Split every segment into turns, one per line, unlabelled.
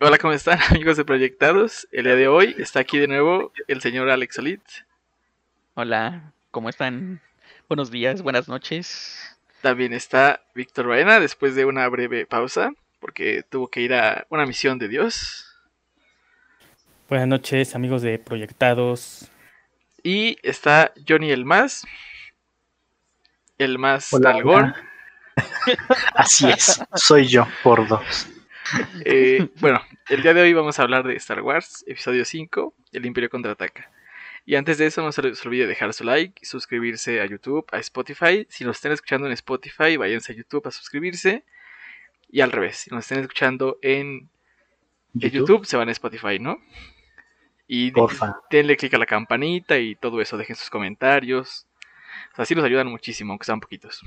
Hola, ¿cómo están amigos de Proyectados? El día de hoy está aquí de nuevo el señor Alex Solid.
Hola, ¿cómo están? Buenos días, buenas noches.
También está Víctor Baena después de una breve pausa porque tuvo que ir a una misión de Dios.
Buenas noches, amigos de Proyectados.
Y está Johnny el más. El más
Hola,
talgón.
Así es, soy yo, por dos.
Eh, bueno, el día de hoy vamos a hablar de Star Wars, episodio 5, El Imperio Contraataca. Y antes de eso, no se les olvide dejar su like, suscribirse a YouTube, a Spotify. Si nos están escuchando en Spotify, váyanse a YouTube a suscribirse. Y al revés, si nos están escuchando en en YouTube, se van a Spotify, ¿no? Y de-
Porfa.
denle click a la campanita y todo eso, dejen sus comentarios. O sea, así nos ayudan muchísimo, aunque sean poquitos.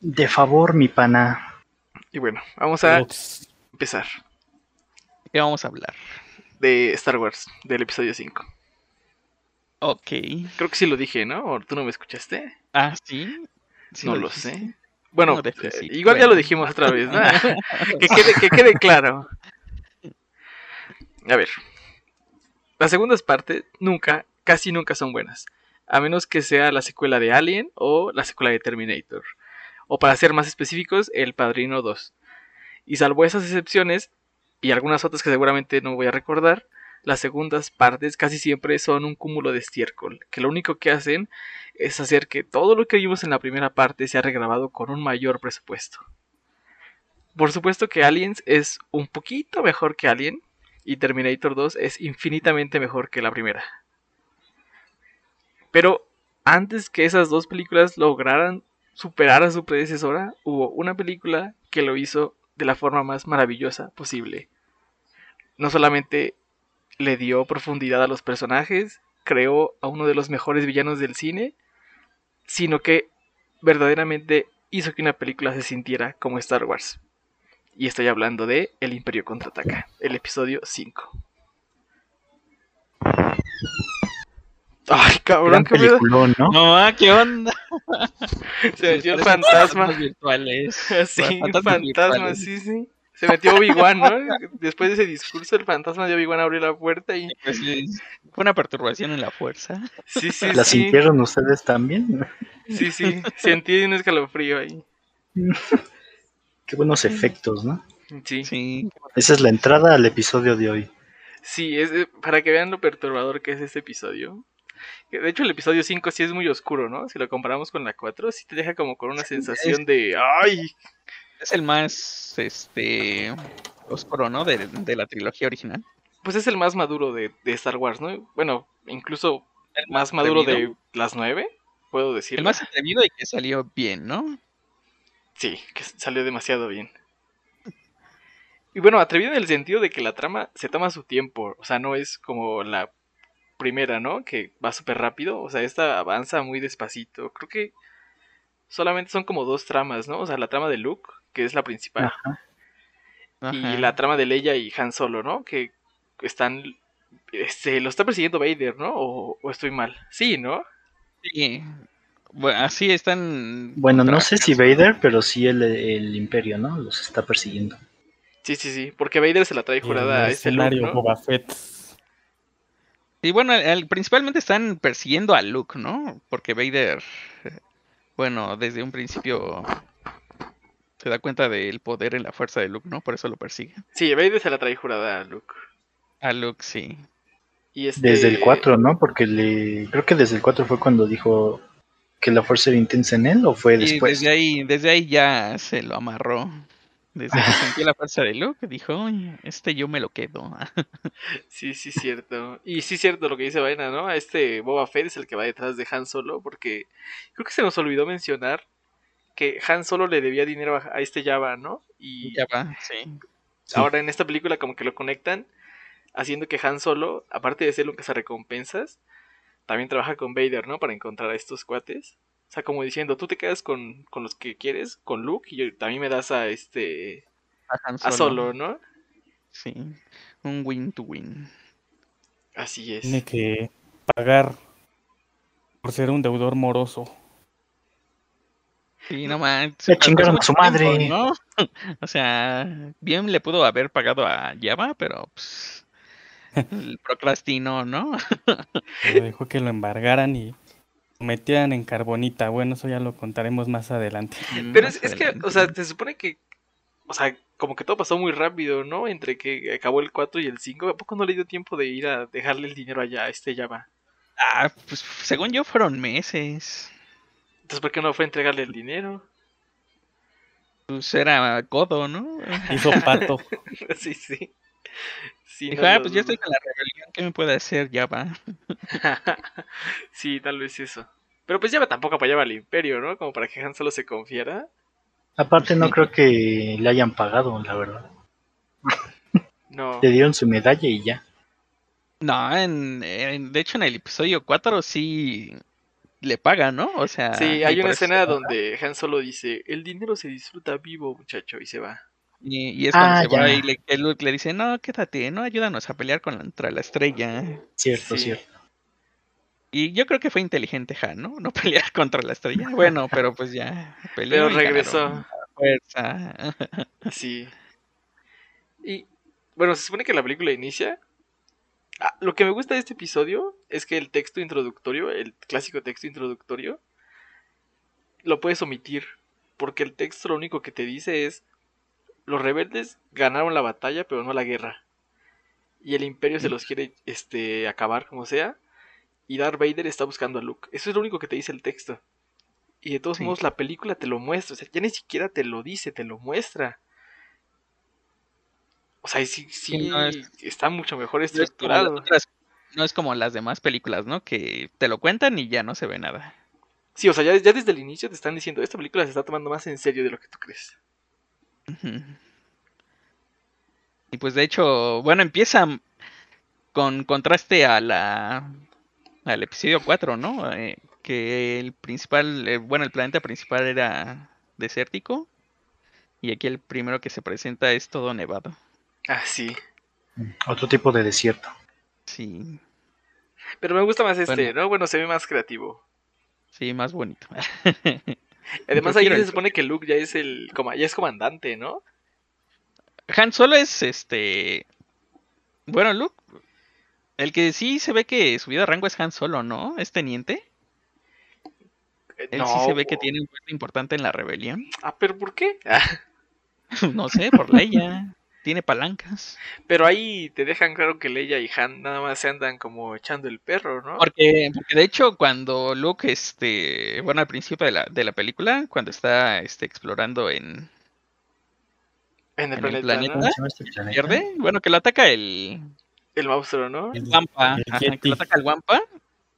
De favor, mi pana.
Y bueno, vamos a
Ox.
empezar
¿De qué vamos a hablar?
de Star Wars, del episodio 5.
Ok.
Creo que sí lo dije, ¿no? ¿O tú no me escuchaste?
Ah, sí. ¿Sí
no
lo
lo
dijiste?
sé. Bueno,
No, de que sí.
eh, igual ya
Bueno.
lo dijimos otra vez, ¿no? que, quede, que quede claro. A ver. Las segundas partes nunca, casi nunca son buenas. A menos que sea la secuela de Alien o la secuela de Terminator. O para ser más específicos, El Padrino 2. Y salvo esas excepciones, y algunas otras que seguramente no voy a recordar, las segundas partes casi siempre son un cúmulo de estiércol, que lo único que hacen es hacer que todo lo que vimos en la primera parte sea regrabado con un mayor presupuesto. Por supuesto que Aliens es un poquito mejor que Alien y Terminator 2 es infinitamente mejor que la primera. Pero antes que esas dos películas lograran superar a su predecesora, hubo una película que lo hizo de la forma más maravillosa posible. No solamente le dio profundidad a los personajes, creó a uno de los mejores villanos del cine, sino que verdaderamente hizo que una película se sintiera como Star Wars. Y estoy hablando de El Imperio Contraataca, el episodio 5. Ay, cabrón,
Gran
que me da-
peliculón, ¿no?
No, ah, ¿qué onda?
se metió el
Parecen
fantasma.
fantasmas virtuales.
Sí, un
Fantasmas
fantasma,
virtuales.
sí, sí. Se metió Obi-Wan, ¿no? Después de ese discurso, el fantasma de Obi-Wan abrió la puerta y...
Pues sí, Fue una perturbación en la fuerza.
Sí, sí,
¿La
sí.
sintieron ustedes también?
Sí, sí. Sentí un escalofrío ahí.
Qué buenos efectos, ¿no?
Sí, sí.
Sí.
Esa es la entrada al episodio de hoy.
es eh, para que vean lo perturbador que es este episodio. Que, De hecho, el episodio 5 sí es muy oscuro, ¿no? Si lo comparamos con la 4, sí te deja como con una sensación de... ¡Ay!
Es el más, este, oscuro, ¿no? De, de la trilogía original.
Pues es el más maduro de, de Star Wars, ¿no? Bueno, incluso más maduro de
atrevido.
las 9, puedo decirlo.
El más atrevido y que salió bien, ¿no?
Sí, que s- salió demasiado bien. Y bueno, atrevido en el sentido de que la trama se toma su tiempo. O sea, no es como la primera, ¿no? Que va súper rápido. O sea, esta avanza muy despacito. Creo que solamente son como dos tramas, ¿no? O sea, la trama de Luke, que es la principal.
Ajá.
Y
Ajá.
la trama de Leia y Han Solo, ¿no? Que están... Este, lo está persiguiendo Vader, ¿no? O, o estoy mal. Sí, ¿no?
Sí. Bueno, así están.
Bueno, no
contra-
sé si Vader, pero sí el, el Imperio, ¿no? Los está persiguiendo.
Sí, sí, sí. Porque Vader se la trae jurada a
el
este Luke,
escenario
¿no?
Boba Fett.
Y bueno, el- el- principalmente están persiguiendo a Luke, ¿no? Porque Vader, eh, bueno, desde un principio se da cuenta del poder en la fuerza de Luke, ¿no? Por eso lo persigue.
Sí, Vader se la trae jurada a Luke.
A Luke, sí.
Y este-
Desde el 4, ¿no? Porque le creo que desde el 4 fue cuando dijo que la fuerza era intensa en él, o fue
Y
después.
desde ahí, desde ahí ya se lo amarró. Desde que sintió la fuerza de Luke, dijo, "Oye, este yo me lo quedo.
Sí, sí, cierto. Y sí, cierto lo que dice Vaina, ¿no? Este Boba Fett es el que va detrás de Han Solo, porque creo que se nos olvidó mencionar que Han Solo le debía dinero a, a este Java, ¿no? Y
ya va, sí.
Sí.
ahora en esta película como que lo conectan, haciendo que Han Solo, aparte de ser lo que se recompensas, también trabaja con Vader, ¿no? Para encontrar a estos cuates. O sea, como diciendo, tú te quedas con, con los que quieres, con Luke, y yo- también me das a este...
A Han
A Solo, ¿no?
Sí. Un win to win.
Así es.
Tiene que pagar por ser un deudor moroso.
Sí, no manches.
Le
pasó
chingaron a
mucho
su madre.
¿no? O sea, bien le pudo haber pagado a Java, pero pues, el procrastinó, ¿no?
Lo dejó que lo embargaran y lo metieran en carbonita. Bueno, eso ya lo contaremos más adelante.
Pero
Más
es, es que, o sea, se supone que. O sea, como que todo pasó muy rápido, ¿no? Entre que acabó el 4 y el 5. ¿A poco no le dio tiempo de ir a dejarle el dinero allá a este Java?
Ah, pues según yo fueron meses.
Entonces, ¿por qué no fue a entregarle el dinero?
Pues era codo, ¿no?
Hizo pato.
sí, sí. Sí,
Dijo,
no
ah,
lo
pues ya estoy
dudo.
con la rebelión, ¿qué me puede hacer Java?
sí, tal vez eso. Pero pues Java tampoco apoyaba al imperio, ¿no? Como para que Han solo se confiara.
Aparte, no creo que le hayan pagado, la verdad.
No.
Le dieron su medalla y ya.
No, en, en- de hecho en el episodio 4 sí le paga, ¿no? O sea,
Sí,
y
hay
Ah, por
una
eso-
escena donde Han solo dice, el dinero se disfruta vivo, muchacho, y se va.
Y, y es cuando
Ah,
se va
ya.
y le, el Luke le dice, no, quédate, no, ayúdanos a pelear contra la estrella.
Cierto,
Sí.
cierto.
Y yo creo que fue inteligente Han, ¿no? No pelear contra la estrella. Bueno, pero pues ya peleó.
Pero
y ganaron
regresó.
a Fuerza.
Sí. Y bueno, se supone que la película inicia. Ah, lo que me gusta de este episodio es que el texto introductorio, el clásico texto introductorio, lo puedes omitir. Porque el texto lo único que te dice es, los rebeldes ganaron la batalla, pero no la guerra. Y el imperio se los quiere este, acabar como sea. Y Darth Vader está buscando a Luke. Eso es lo único que te dice el texto. Y de todos
Sí.
modos la película te lo muestra. O sea, ya ni siquiera te lo dice, te lo muestra. O sea, y sí, sí
no es-
está mucho mejor
No es como las
estructurado.
otras- no es como las demás películas, ¿no? Que te lo cuentan y ya no se ve nada.
Sí, o sea, ya, ya desde el inicio te están diciendo, esta película se está tomando más en serio de lo que tú crees.
Ujú. Y pues de hecho, bueno, empieza m- con contraste a la al episodio 4, ¿no? Eh, que el principal, eh, bueno, el planeta principal era desértico y aquí el primero que se presenta es todo nevado.
Ah, sí.
Otro tipo de desierto.
Sí,
Pero me gusta más este,
Bueno.
¿no? Bueno, se ve más creativo.
sí, más bonito.
Además
Yo
ahí
quiero
se
el-
supone que Luke ya es el coma- ya es comandante, ¿no?
Han Solo es este bueno, Luke el que sí se ve que subido de rango es Han Solo, ¿no? Es teniente.
Eh,
Él sí se ve que
o-
tiene un puesto importante en la rebelión.
Ah, pero ¿por qué? Ah,
No sé, por Leia. Tiene palancas.
pero ahí te dejan claro que Leia y Han nada más se andan como echando el perro, ¿no?
Porque, porque de hecho, cuando Luke, este, bueno, al principio de la, de la película, cuando está este, explorando en
en el
en el
planeta, ¿no?
planeta.
¿Cómo se llama este planeta?
pierde, bueno, que lo ataca el,
El monstruo, ¿no?
El-
Wampa,
el
ajá, que
Yeti.
lo ataca el Wampa,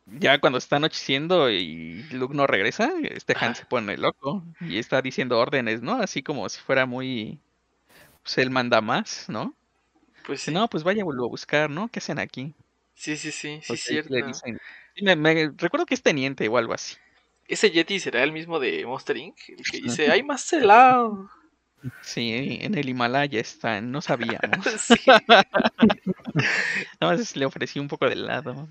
ya cuando está anocheciendo y Luke no regresa, este Han
Ajá.
se pone loco y está diciendo órdenes, ¿no? Así como si fuera muy, pues él manda más, ¿no?
Pues
Dice,
sí.
no, pues vaya a buscar, ¿no? ¿Qué hacen aquí?
Sí, sí, sí, sí,
Porque Pues ahí
cierto.
le dicen- sí, me, me- recuerdo que es teniente o algo así.
Ese Yeti será el mismo de Monster Inc. El que dice, ¡ay, más helado!
Sí, en el Himalaya están, no sabíamos.
Sí.
Nada más le ofrecí un poco de helado.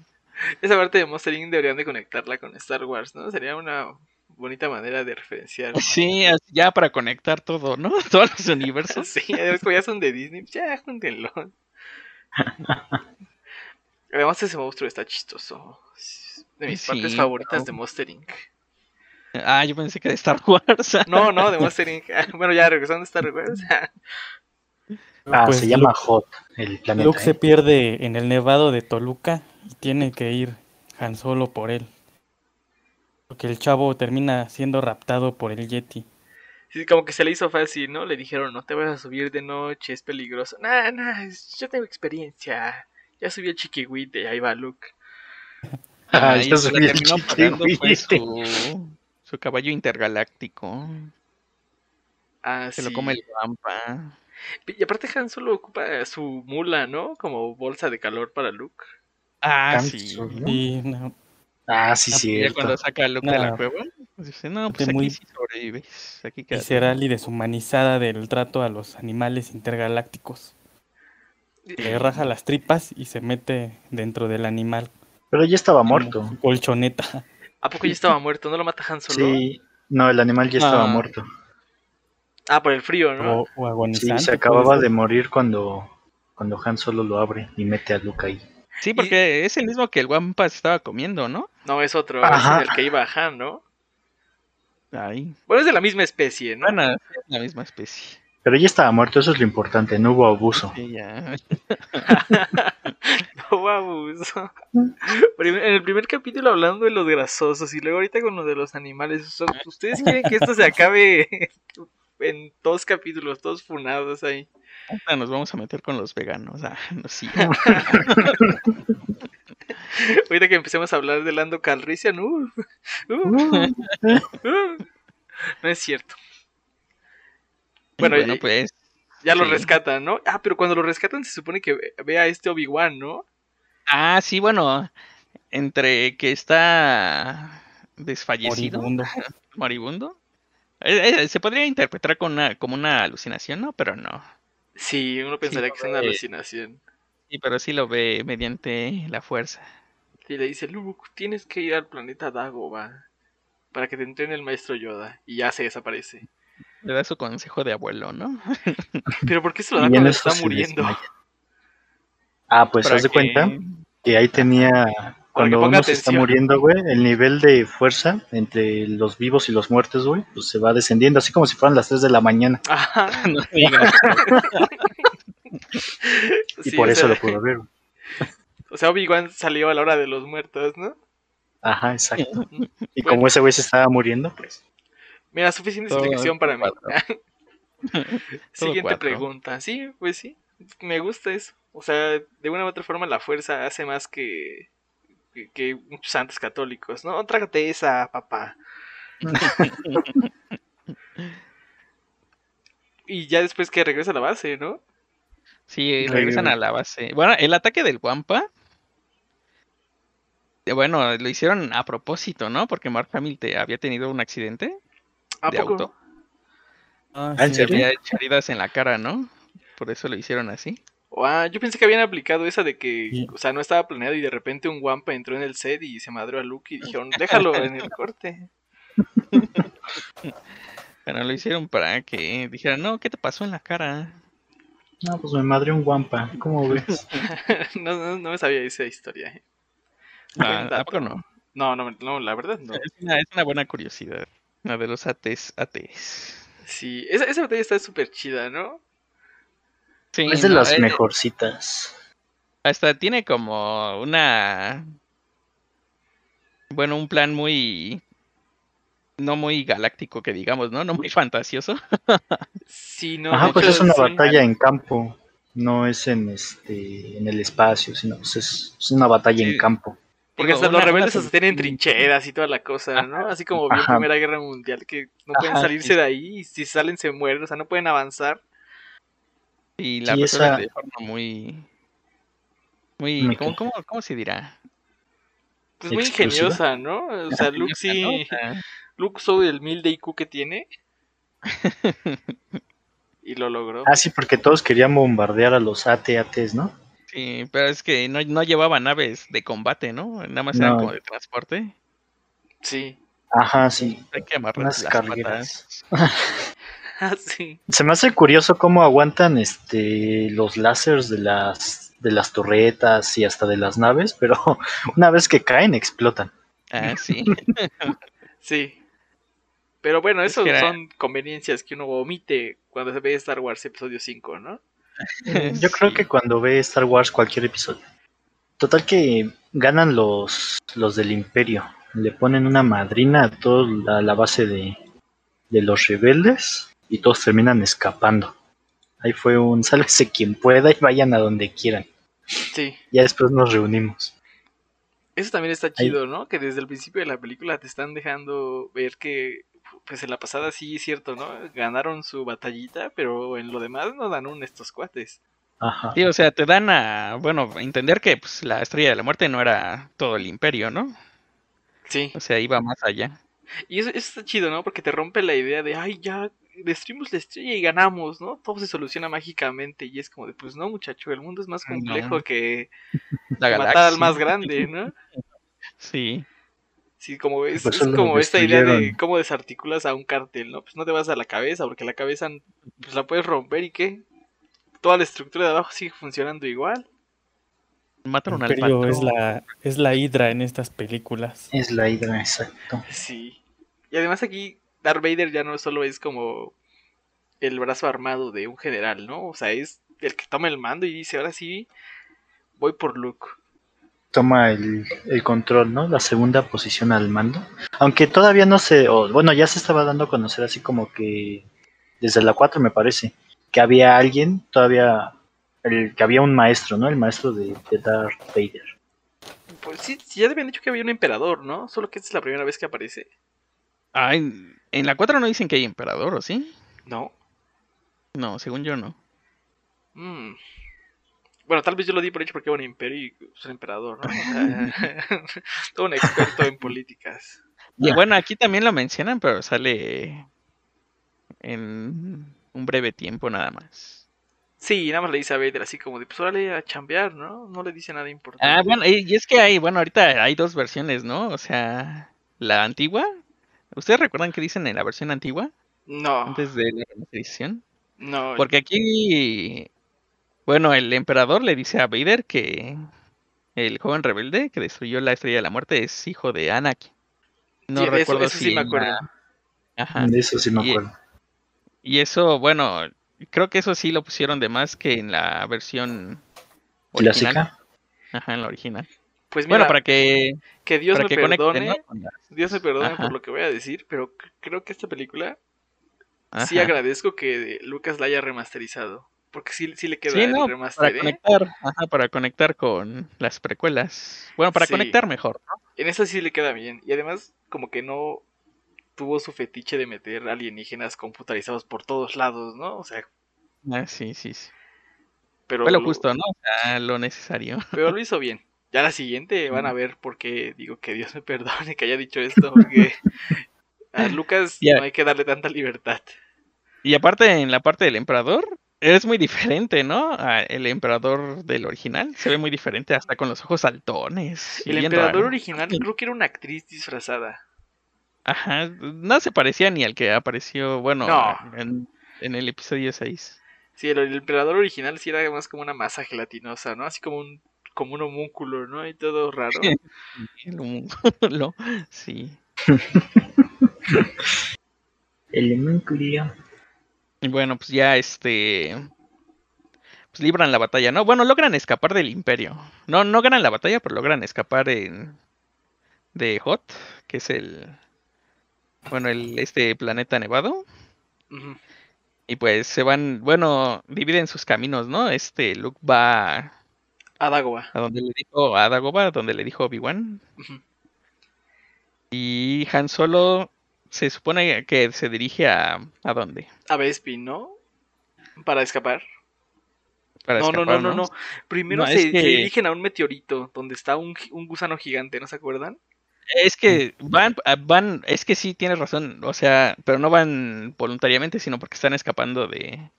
Esa parte de Monster Inc. deberían de conectarla con Star Wars, ¿no? Sería una bonita manera de referenciar.
Sí, as- ya para conectar todo, ¿no? Todos los universos.
Sí, ya ves como ya son de Disney, ya júntenlo. Además ese monstruo está chistoso. Es De mis partes
Sí,
favoritas
claro.
de Monster Inc.
Ah, yo pensé que de Star Wars.
No, no, de Monster Inc. Ah, Bueno, ya regresando a Star Wars.
Ah,
Pues
se llama
Luke-
Hot, el planeta.
Luke se
¿eh?
pierde en el nevado de Toluca y tiene que ir Han Solo por él. Porque el chavo termina siendo raptado por el Yeti.
Sí, como que se le hizo fácil, ¿no? Le dijeron, no te vas a subir de noche, es peligroso. Nah, nah, es- yo tengo experiencia. Ya subí el chiquihuite, ahí va Luke.
Ah,
Ahí
ya
se la
subí el
terminó pagando, fue
chiquihuite.
su, su caballo intergaláctico.
Ah,
Se
sí.
lo come el Wampa.
Y aparte Han solo ocupa su mula, ¿no? Como bolsa de calor para Luke.
Ah,
Tanto,
sí.
¿no?
Y no,
Ah, sí,
Ah, pues
Ya
cierto.
cuando saca a Luke de la
No.
cueva, dice, no,
Gente
pues aquí
muy
sí sobrevives. Aquí quédate".
visceral y deshumanizada del trato a los animales intergalácticos. Le raja las tripas y se mete dentro del animal.
Pero ya estaba
como
muerto.
su Colchoneta.
¿A poco ya estaba muerto? ¿No lo mata Han solo?
Sí, No, el animal ya estaba
Ah.
muerto.
Ah, por el frío, ¿no?
O, o
Sí,
agonizante.
se acababa
puede
de
ser.
morir cuando, cuando Han solo lo abre y mete a Luke ahí.
Sí, porque es el mismo que el Wampa se estaba comiendo, ¿no?
No, es otro,
Ajá.
es el que iba a Han, ¿no?
Ahí.
Bueno, es de la misma especie, ¿no?
Bueno, es la misma especie.
Pero ya estaba muerto, eso es lo importante, no hubo abuso.
Sí, ya.
No abuso. pues. Prim- En el primer capítulo hablando de los grasosos y luego ahorita con lo de los animales. o sea, ¿Ustedes quieren que esto se acabe en dos capítulos, todos funados ahí?
Ahorita Ah, Nos vamos a meter con los veganos. Ah, no, sí.
Ahorita que empecemos a hablar de Lando Calrissian, uh, uh, uh. no es cierto. Bueno,
Bueno,
y-
pues.
Ya lo
Sí.
rescatan, ¿no? Ah, pero cuando lo rescatan se supone que ve- ve a este Obi-Wan, ¿no?
Ah, sí, bueno. Entre que está desfallecido, moribundo.
Moribundo.
eh, eh, se podría interpretar con una, como una alucinación, ¿no? Pero no.
Sí, uno pensaría que es una
eh.
alucinación.
Sí, pero sí lo ve mediante la fuerza.
Y le dice, Luke, tienes que ir al planeta Dagobah para que te entrene el maestro Yoda. Y ya se desaparece.
Le da su consejo de abuelo, ¿no?
Pero ¿por qué se lo
Y
da
en
cuando
eso
está
se
muriendo?
desmaya. Ah, pues
Para
haz de
que-
cuenta que ahí tenía, cuando
ponga
uno se está
atención.
muriendo, güey, el nivel de fuerza entre los vivos y los muertos, güey, pues se va descendiendo, así como si fueran las 3 de la mañana.
Ajá,
No digas.
Y
sí,
por
o
eso
sea,
lo pudo ver. güey.
O sea, Obi-Wan salió a la hora de los muertos, ¿no?
Ajá, exacto. Y
Bueno.
como ese güey se estaba muriendo, pues.
Mira, suficiente
Todo-
explicación para mí. Siguiente
cuatro.
pregunta. Sí, pues sí. Me gusta eso. O sea, de una u otra forma la fuerza hace más que, que, que muchos santos católicos, ¿no? Trágate esa, papá. y ya después que regresa a la base, ¿no?
Sí, regresan a la base. Bueno, el ataque del Wampa. eh, Bueno, lo hicieron a propósito, ¿no? Porque Mark Hamill te había tenido un accidente
¿A
de
poco?
auto.
Ah,
Ah, ¿en
sí.
Se
serio?
había hecho heridas en la cara, ¿no? Por eso lo hicieron así.
Ah, yo pensé que habían aplicado esa de que,
Sí.
o sea, no estaba planeado y de repente un Wampa entró en el set y se madrió a Luke y dijeron, déjalo en el corte.
Pero lo hicieron para que dijeran, no, ¿qué te pasó en la cara?
No, pues me madre un guampa, ¿cómo ves?
no, no, no me sabía esa historia. ¿eh?
Ah,
Buen
¿A poco no?
No, no, me- no, la verdad no.
Es una, es una buena curiosidad. La de los ates, ates.
Sí, esa, esa batalla está súper chida, ¿no?
Sí,
Es de
no,
las
eh,
mejorcitas.
Hasta tiene como una. Bueno, un plan muy. No muy galáctico, que digamos, ¿no? No muy fantasioso.
Sí, no.
Ajá,
de
pues
hecho,
es una
sí.
batalla en campo, no es en este en el espacio, sino pues, es, es una batalla
Sí.
en campo.
Porque
Digo,
hasta los
una-
rebeldes
una
se tienen
solución.
trincheras y toda la cosa, ¿no? Así como bien
Ajá.
Primera Guerra Mundial, que no pueden
Ajá,
salirse
sí.
de ahí y si salen se mueren, o sea, no pueden avanzar.
Y la
Sí,
resuelven
esa-
de forma muy. Muy.
Muy
¿Cómo,
qué?
cómo, cómo se dirá?
Pues muy
Exclusiva.
ingeniosa, ¿no? O sea, Luke sí,
¿no? O sea,
Luke usó el mil de IQ que tiene. y lo logró.
Ah, sí, porque todos querían bombardear a los AT-ATs, ¿no?
sí, pero es que no, no llevaba naves de combate, ¿no? Nada más eran
No.
como de transporte.
Sí.
Ajá, sí.
Hay que amarrar
Unas
las
cargueras.
patas.
Ah, sí.
Se me hace curioso cómo aguantan este los láseres de las de las torretas y hasta de las naves, pero una vez que caen explotan.
Ah, sí.
Sí. Pero bueno,
Es
eso
que era-
son conveniencias que uno omite cuando se ve Star Wars Episodio 5, ¿no?
Yo creo
Sí.
que cuando ve Star Wars cualquier episodio. Total que ganan los los del Imperio. Le ponen una madrina a toda la, la base de, de los rebeldes y todos terminan escapando. Ahí fue un sálvese quien pueda y vayan a donde quieran.
Sí.
Ya después nos reunimos.
Eso también está
Ahí-
chido, ¿no? Que desde el principio de la película te están dejando ver que, pues en la pasada sí es cierto, ¿no? Ganaron su batallita, pero en lo demás no dan un estos cuates.
Ajá.
Sí, o sea, te dan a, bueno, a entender que pues, la Estrella de la Muerte no era todo el imperio, ¿no?
Sí.
O sea, iba más allá.
Y eso, eso está chido, ¿no? Porque te rompe la idea de, ay, ya destruimos la estrella y ganamos, ¿no? Todo se soluciona mágicamente. Y es como de, pues no, muchacho, el mundo es más
Ah, no.
complejo que matar
La galaxia.
al más grande, ¿no?
Sí.
Sí, como es,
Pues
es
solo
como esta idea de
destruyeron.
cómo desarticulas a un cartel, ¿no? Pues no te vas a la cabeza, porque la cabeza pues la puedes romper y qué. Toda la estructura de abajo sigue funcionando igual.
Mataron al
Imperio
patrón.
es la, es la hidra en estas
Eh,
películas.
Es la hidra, exacto.
Sí. Y además aquí Darth Vader ya no solo es como el brazo armado de un general, ¿no? O sea, es el que toma el mando y dice, ahora sí, voy por Luke.
Toma el, el control, ¿no? La segunda posición al mando. Aunque todavía no se... o, bueno, ya se estaba dando a conocer así como que... Desde la 4 me parece. Que había alguien todavía... El, que había un maestro, ¿no? El maestro de, de Darth Vader.
Pues sí, sí, ya te habían dicho que había un emperador, ¿no? Solo que esta es la primera vez que aparece.
Ah, en, en la 4 no dicen que hay emperador, ¿o sí?
No.
No, según yo no.
Mm. Bueno, tal vez yo lo di por hecho porque era un imperio y es un emperador, ¿no? O sea, todo un experto en políticas.
Y
Ah.
bueno, aquí también lo mencionan, pero sale en un breve tiempo nada más.
Sí, nada más le dice a Vader así como de, pues órale a chambear, ¿no? No le dice nada importante.
Ah, bueno, y y es que hay, bueno, ahorita hay dos versiones, ¿no? O sea, la antigua. ¿Ustedes recuerdan qué dicen en la versión antigua?
No,
Antes de la remasterización.
no.
Porque aquí, bueno, el emperador le dice a Vader que el joven rebelde que destruyó la estrella de la muerte es hijo de Anakin. No
Sí, eso-
recuerdo
eso
si.
sí me
en
acuerdo.
la- Ajá.
De eso sí me
Ah, Y-
acuerdo.
Y eso, bueno, creo que eso sí lo pusieron de más que en la versión original.
Clásica.
Ajá, en la original.
Pues mira,
Bueno, para que,
que Dios
para
me
que
perdone,
conecten, ¿no? Con la-
Dios me perdone
Ajá.
por lo que voy a decir, pero c- creo que esta película sí
Ajá.
agradezco que Lucas la haya remasterizado. Porque sí, sí le queda
Sí,
el
no,
remaster,
para
¿eh?
conectar, ajá, para conectar con las precuelas. Bueno, para
Sí.
conectar mejor, ¿no?
En esa sí le queda bien. Y además, como que no tuvo su fetiche de meter alienígenas computarizados por todos lados, ¿no? O sea,
Ah, sí, sí, sí.
pero,
Fue lo justo, ¿no? O sea, lo necesario.
pero lo hizo bien. Ya la siguiente van a ver por qué digo que Dios me perdone que haya dicho esto, porque a Lucas
Ya.
no hay que darle tanta libertad.
Y aparte, en la parte del emperador, es muy diferente, ¿no? A el emperador del original se ve muy diferente hasta con los ojos saltones. y
El
bien
emperador
raro.
original creo que era una actriz disfrazada.
Ajá, no se parecía ni al que apareció, bueno,
No.
en, en el episodio 6.
Sí, el, el emperador original sí era más como una masa gelatinosa, ¿no? Así como un, como un homúnculo, ¿no? Y todo raro.
El homúnculo, sí.
El Emílio.
Y bueno, pues ya este. Pues libran la batalla, ¿no? Bueno, logran escapar del imperio. No, no ganan la batalla, pero logran escapar en. de Hot, que es el. Bueno, el, este planeta nevado.
Ujú.
Y pues se van. Bueno, dividen sus caminos, ¿no? Este Luke va
A Dagobah.
a donde le dijo a Dagobah, donde le dijo Obi-Wan.
Ujú.
Y Han Solo se supone que se dirige a. ¿A dónde?
A Bespin, ¿no? Para escapar.
Para
no,
escapar,
no, no, no, no. Primero
No,
se,
es
se
que-
dirigen a un meteorito donde está un, gi- un gusano gigante, ¿no se acuerdan?
Es que van, ah, van, es que sí tienes razón, o sea, pero no van voluntariamente, sino porque están escapando de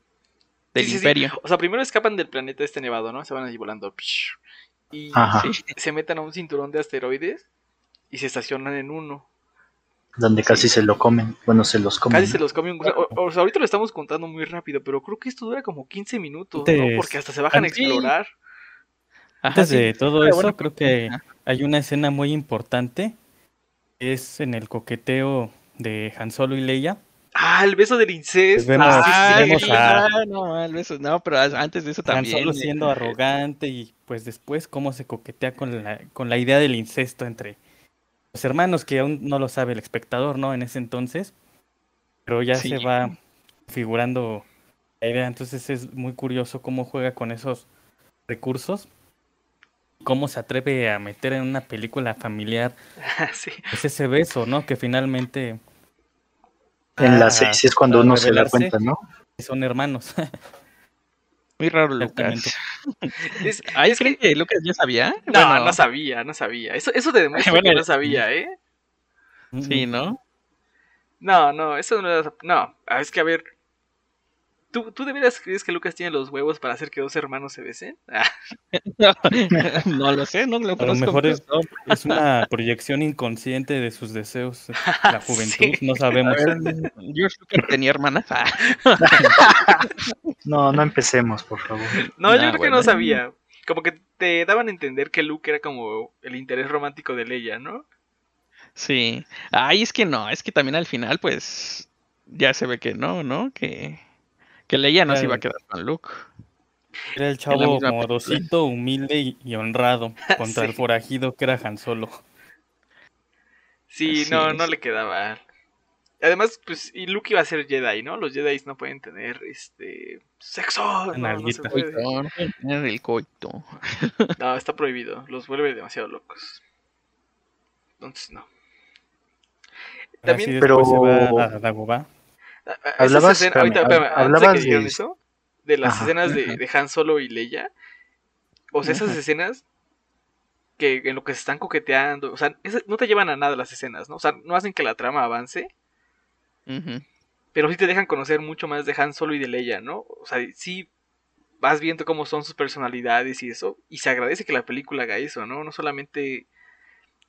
del
Sí, sí, sí.
imperio.
O sea, primero escapan del planeta este nevado, ¿no? Se van ahí volando. psh, Y
Ajá.
Sí.
se meten a un cinturón de asteroides y se estacionan en uno.
Donde casi se lo comen. Bueno, se los comen.
Casi se los come un gusano. O, o sea, ahorita lo estamos contando muy rápido, pero creo que esto dura como 15 minutos, ¿no?
Antes-
Porque hasta se bajan a
Sí.
explorar.
Ajá,
Antes
sí.
de todo
Ah,
eso,
bueno,
creo que
ajá.
hay una escena muy importante. que Es en el coqueteo de Han Solo y Leia.
Ah, el beso del incesto.
vemos-
sí,
Ah,
sí,
vemos
sí.
sí,
a-
ah, no, al beso, no, pero as- antes de eso
Han
también.
Solo
eh,
siendo arrogante y pues después cómo se coquetea con la, con la idea del incesto entre los hermanos, que aún no lo sabe el espectador, ¿no? En ese entonces. Pero ya se
Sí.
va figurando la idea. Entonces es muy curioso cómo juega con esos recursos. Cómo se atreve a meter en una película familiar
Sí.
pues, ese beso, ¿no? Que finalmente
En
Ah,
la 6 es cuando
para
uno se da
revelarse.
cuenta, ¿no?
son hermanos.
Muy raro
Exactamente.
Lucas.
Es-
Ahí
es
creen que... Lucas ya sabía.
No,
Bueno,
no sabía, no sabía. Eso, eso te demuestra
Bueno,
que no
el-
sabía, ¿eh?
Sí, ¿no?
No, no, eso no era- No, Ah, es que a ver. ¿Tú, ¿Tú de veras crees que Lucas tiene los huevos para hacer que dos hermanos se besen? Ah,
No, no lo sé, no lo
A lo
conozco.
mejor
pero-
es, es una proyección inconsciente de sus deseos. eh, La juventud, no sabemos.
George Lucas tenía hermanas. Ah,
No, no empecemos, por favor.
no,
Nah,
yo creo que
bueno.
no sabía. Como que te daban a entender que Luke era como el interés romántico de Leia, ¿no?
sí. Ay, es que no, es que también al final, pues, ya se ve que no, ¿no? Que, que Leia no se iba a quedar con Luke.
Era el
la
chavo
misma
modosito, humilde y, y honrado contra el
Sí.
forajido que era Han Solo.
Sí,
Así
no,
es.
no le quedaba. Además, pues, y Luke iba a ser Jedi, ¿no? Los Jedi no pueden tener, este, sexo. No, no se
Nalguita.
puede.
Coito, no pueden tener el coito.
No, está prohibido. Los vuelve demasiado locos. Entonces, no.
Ahora sí,
También-
después
Pero-
se va a Dagobah.
A- a- esas
Hablabas,
escenas-
espérame,
ahorita,
hab-
espérame, antes de
hablabas
que
de-
dijeran eso, de las
Ajá.
escenas de,
Ajá.
de Han Solo y Leia. O sea, esas
Ajá.
escenas que en lo que se están coqueteando, o sea, esas- no te llevan a nada las escenas, ¿no? O sea, no hacen que la trama avance,
Ujú.
pero sí te dejan conocer mucho más de Han Solo y de Leia, ¿no? O sea, sí vas viendo cómo son sus personalidades y eso, y se agradece que la película haga eso, ¿no? No solamente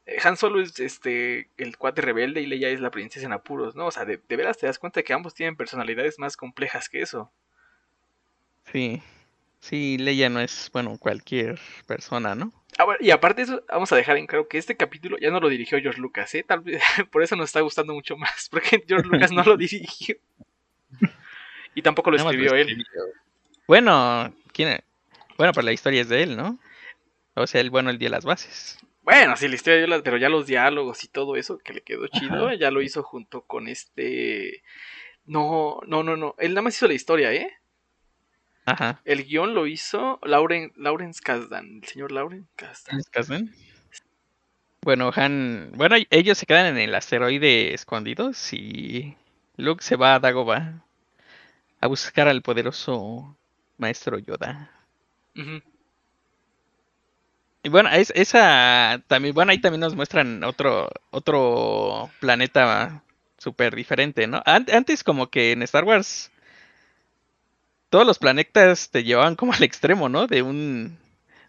eh, Han Solo es este el cuate rebelde y Leia es la princesa en apuros, ¿no? O sea, de, de veras te das cuenta que ambos tienen personalidades más complejas que eso.
Sí. Sí, Leia no es, bueno, cualquier persona, ¿no?
Ah, bueno, y aparte de eso, vamos a dejar en claro que este capítulo ya no lo dirigió George Lucas, ¿eh? Tal vez por eso nos está gustando mucho más, porque George Lucas no lo dirigió. Y tampoco lo
Nada más
escribió él.
escribió. Bueno, ¿quién e- Bueno, pero la historia es de él, ¿no? O sea, él, bueno, él dio las bases.
Bueno, sí, la historia yo la- pero ya los diálogos y todo eso que le quedó chido, ya lo hizo junto con este. No, no, no, no. Él nada más hizo la historia, ¿eh?
Ajá.
El guión lo hizo Lauren, Lawrence Kasdan, el señor Lauren Kasdan.
¿Les casan? Bueno, Han. Bueno, y- ellos se quedan en el asteroide escondidos y Luke se va a Dagobah a buscar al poderoso maestro Yoda.
Ujú.
Y bueno, es- esa también, bueno, ahí también nos muestran otro, otro planeta súper diferente, ¿no? An- antes como que en Star Wars todos los planetas te llevaban como al extremo, ¿no? De un,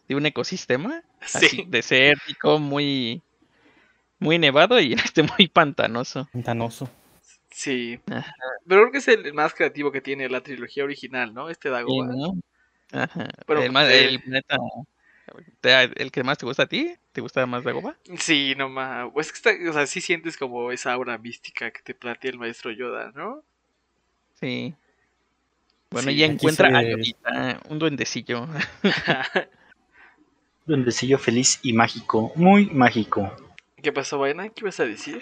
de un ecosistema así
Sí,
desértico, muy, muy nevado y en este muy pantanoso.
Pantanoso.
sí.
Ajá.
Pero creo que es el más creativo que tiene la trilogía original, ¿no? Este
Sí,
Dagobah.
¿no? Ajá.
Pero,
el, más-
eh,
el planeta, pues, te- el que más te gusta a ti, ¿te gusta más Dagobah?
Sí, no más. Es que está, o sea, sí sientes como esa aura mística que te plantea el maestro Yoda, ¿no?
Sí. Bueno,
Sí,
ella
aquí
encuentra a
se-
Lolita, un duendecillo.
Duendecillo feliz y mágico, muy mágico.
¿Qué pasó, Vaina? ¿Qué ibas a decir?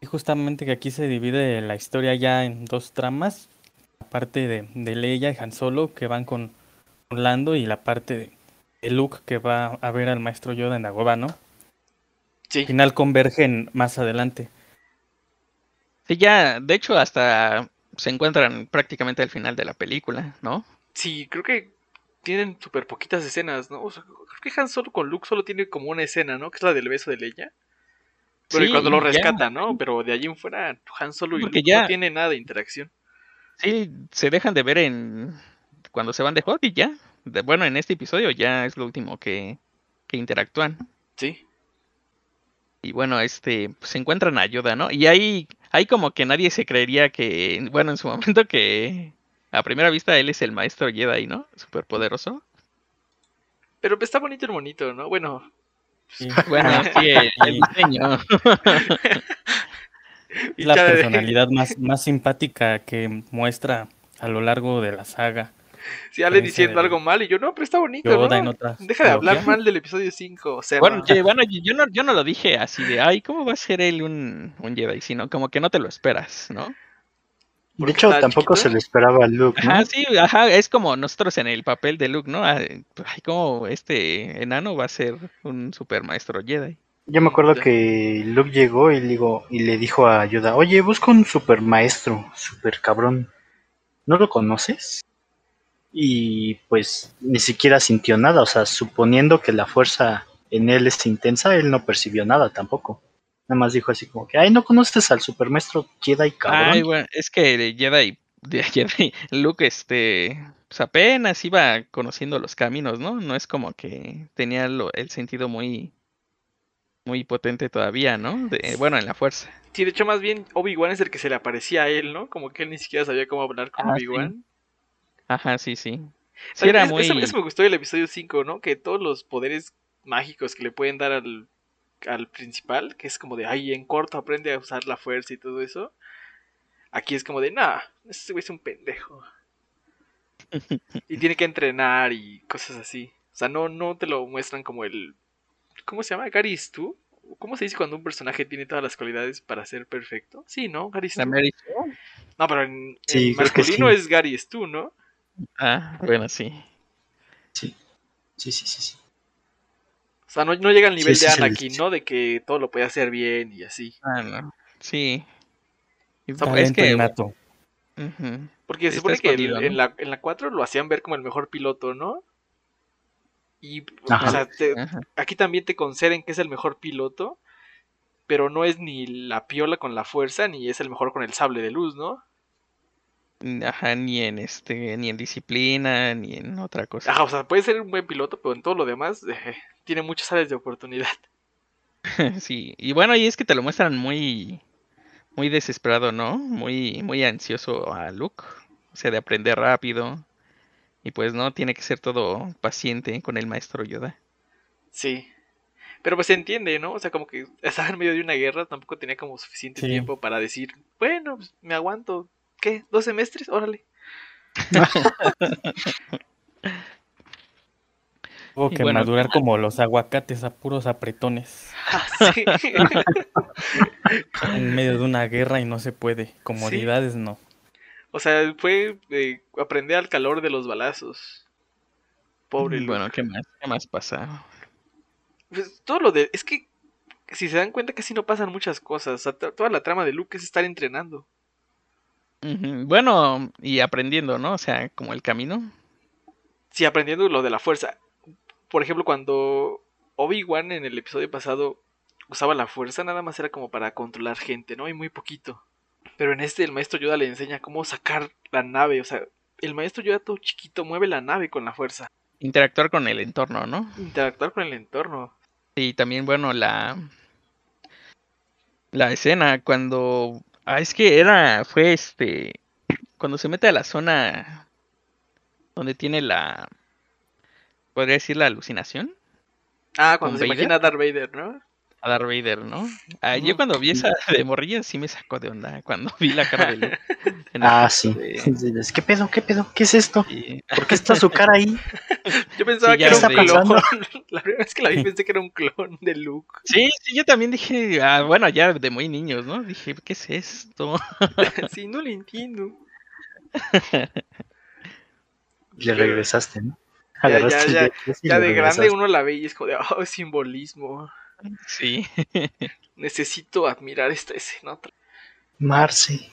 Y justamente que aquí se divide la historia ya en dos tramas. La parte de, de Leia y Han Solo que van con, con Lando y la parte de, de Luke que va a ver al maestro Yoda en Dagobah, ¿no?
Sí.
Al final convergen más adelante.
Sí, ya, de hecho, hasta se encuentran prácticamente al final de la película, ¿no?
Sí, creo que tienen súper poquitas escenas, ¿no? O sea, creo que Han Solo con Luke solo tiene como una escena, ¿no? Que es la del beso de Leia. Pero y
Sí,
cuando lo
ya.
rescata, ¿no? Pero de allí en fuera, Han Solo y
Porque
Luke
ya-
no tienen nada de interacción.
Sí, se dejan de ver en cuando se van de hobby ya. De- bueno, en este episodio ya es lo último que, que interactúan.
Sí.
Y bueno, este, pues, se encuentran a Yoda, ¿no? Y ahí, ahí como que nadie se creería que, bueno, en su momento que a primera vista él es el maestro Jedi, ¿no? Superpoderoso.
Pero está bonito el monito, ¿no? Bueno,
Sí.
Bueno, sí, el, el diseño.
y
la
cara de-
personalidad más, más simpática que muestra a lo largo de la saga.
si Ale
diferencia
diciendo
del-
algo mal y yo, no, pero está bonito,
Yoda en
¿no?
otras.
Deja de hablar
trilogías.
mal del episodio 5, o sea,
Bueno,
no.
ye- bueno, yo, yo no, yo no lo dije así de, ay, ¿cómo va a ser él un, un Jedi? Sino como que no te lo esperas, ¿no?
De
Porque
hecho,
estaba
tampoco
chiquito.
se le esperaba a Luke, ¿no?
Ajá, sí, ajá, es como nosotros en el papel de Luke, ¿no? Ay, ay, ¿cómo este enano va a ser un super maestro Jedi?
Yo me acuerdo que Luke llegó y, le digo, y le dijo a Yoda, oye, busco un super maestro, super cabrón. ¿No lo conoces? Y pues ni siquiera sintió nada, o sea, suponiendo que la fuerza en él es intensa, él no percibió nada tampoco. Nada más dijo así como que, ay, ¿no conoces al super maestro Jedi cabrón?
Ay, bueno, es que Jedi de ayer, Luke, este, pues apenas iba conociendo los caminos, ¿no? No es como que tenía lo- el sentido muy, muy potente todavía, ¿no? De- bueno, en la fuerza.
Sí, de hecho, más bien Obi-Wan es el que se le aparecía a él, ¿no? Como que él ni siquiera sabía cómo hablar con
Ah, sí.
Obi-Wan.
Ajá, sí, sí. Sí,
También
era
es-
muy.
eso, eso me gustó del episodio 5, ¿no? Que todos los poderes mágicos que le pueden dar al, al principal, que es como de, ay, en corto aprende a usar la fuerza y todo eso. Aquí es como de, nah, ese güey es un pendejo. y tiene que entrenar y cosas así. O sea, no, no te lo muestran como el... ¿Cómo se llama? ¿Garis tú? ¿Cómo se dice cuando un personaje tiene todas las cualidades para ser perfecto? Sí, ¿no? Garis
La
tú.
Mary-
No, pero en,
Sí,
en
creo que sí.
masculino es Garis tú, ¿no?
Ah, bueno, sí.
Sí, sí, sí, sí. sí.
O sea, no, no llega al
Sí,
nivel
sí,
de
sí,
Anakin,
sí.
¿no? De que todo lo podía hacer bien y así.
Ah, no. Sí. Y pues,
sea,
es
Talento
que.
innato.
ujú.
Porque se
Está
supone que el-
escondido, ¿no?
en, la, en la 4 lo hacían ver como el mejor piloto, ¿no? Y,
Ajá.
o sea, te-
Ajá.
aquí también te conceden que es el mejor piloto, pero no es ni la piola con la fuerza, ni es el mejor con el sable de luz, ¿no?
Ajá, ni en este, ni en disciplina, ni en otra cosa.
Ajá, o sea, puede ser un buen piloto, pero en todo lo demás eh, tiene muchas áreas de oportunidad.
Sí, y bueno, y es que te lo muestran muy, muy desesperado, ¿no? Muy, muy ansioso a Luke, o sea, de aprender rápido. Y pues no, tiene que ser todo paciente con el maestro Yoda.
Sí. Pero pues se entiende, ¿no? O sea, como que estaba en medio de una guerra, tampoco tenía como suficiente
Sí.
tiempo para decir, bueno, pues, me aguanto, ¿qué? ¿Dos semestres? Órale.
Tuvo
Y
que
bueno,
madurar como los aguacates a puros apretones.
Ah, Sí.
En medio de una guerra y no se puede. Comodidades no.
o sea, fue eh, aprender al calor de los balazos. Pobre Luke.
Bueno, ¿qué más? ¿Qué más pasa?
Pues, todo lo de... Es que, si se dan cuenta, casi no pasan muchas cosas. O sea, to- toda la trama de Luke es estar entrenando.
Ujú, Bueno, y aprendiendo, ¿no? O sea, como el camino.
Sí, aprendiendo lo de la fuerza. Por ejemplo, cuando Obi-Wan en el episodio pasado usaba la fuerza, nada más era como para controlar gente, ¿no? Y muy poquito. Pero en este el maestro Yoda le enseña cómo sacar la nave. O sea, el maestro Yoda todo chiquito mueve la nave con la fuerza.
Interactuar con el entorno, ¿no?
Interactuar con el entorno.
Y también, bueno, la. La escena cuando. Ah, es que era. Fue este. Cuando se mete a la zona. Donde tiene la. Podría decir la alucinación.
Ah, cuando
¿Con
se
Vader?
imagina a Darth Vader, ¿no?
A Darth Vader, ¿no? Ah,
Ujú.
yo cuando vi esa de morrilla sí me sacó de onda. Cuando vi la cara de Luke. en la foto
Ah, sí.
de-
¿Qué pedo? ¿Qué pedo? ¿Qué es esto?
y-
¿Por qué está su cara ahí?
Yo pensaba
Sí,
que era
ya
un
sé.
clon. La primera vez que la vi pensé que era un clon de Luke.
Sí, sí, yo también dije. Ah, bueno, ya de muy niños, ¿no? Dije, ¿qué es esto?
Sí, no le entiendo.
Le regresaste, ¿no?
Ya, ya,
Agarraste el
ya,
de tres y
Ya
le
de grande
regresaste.
uno la ve y es como de, oh, simbolismo.
Sí.
Necesito admirar esta escena. otra-
Marce.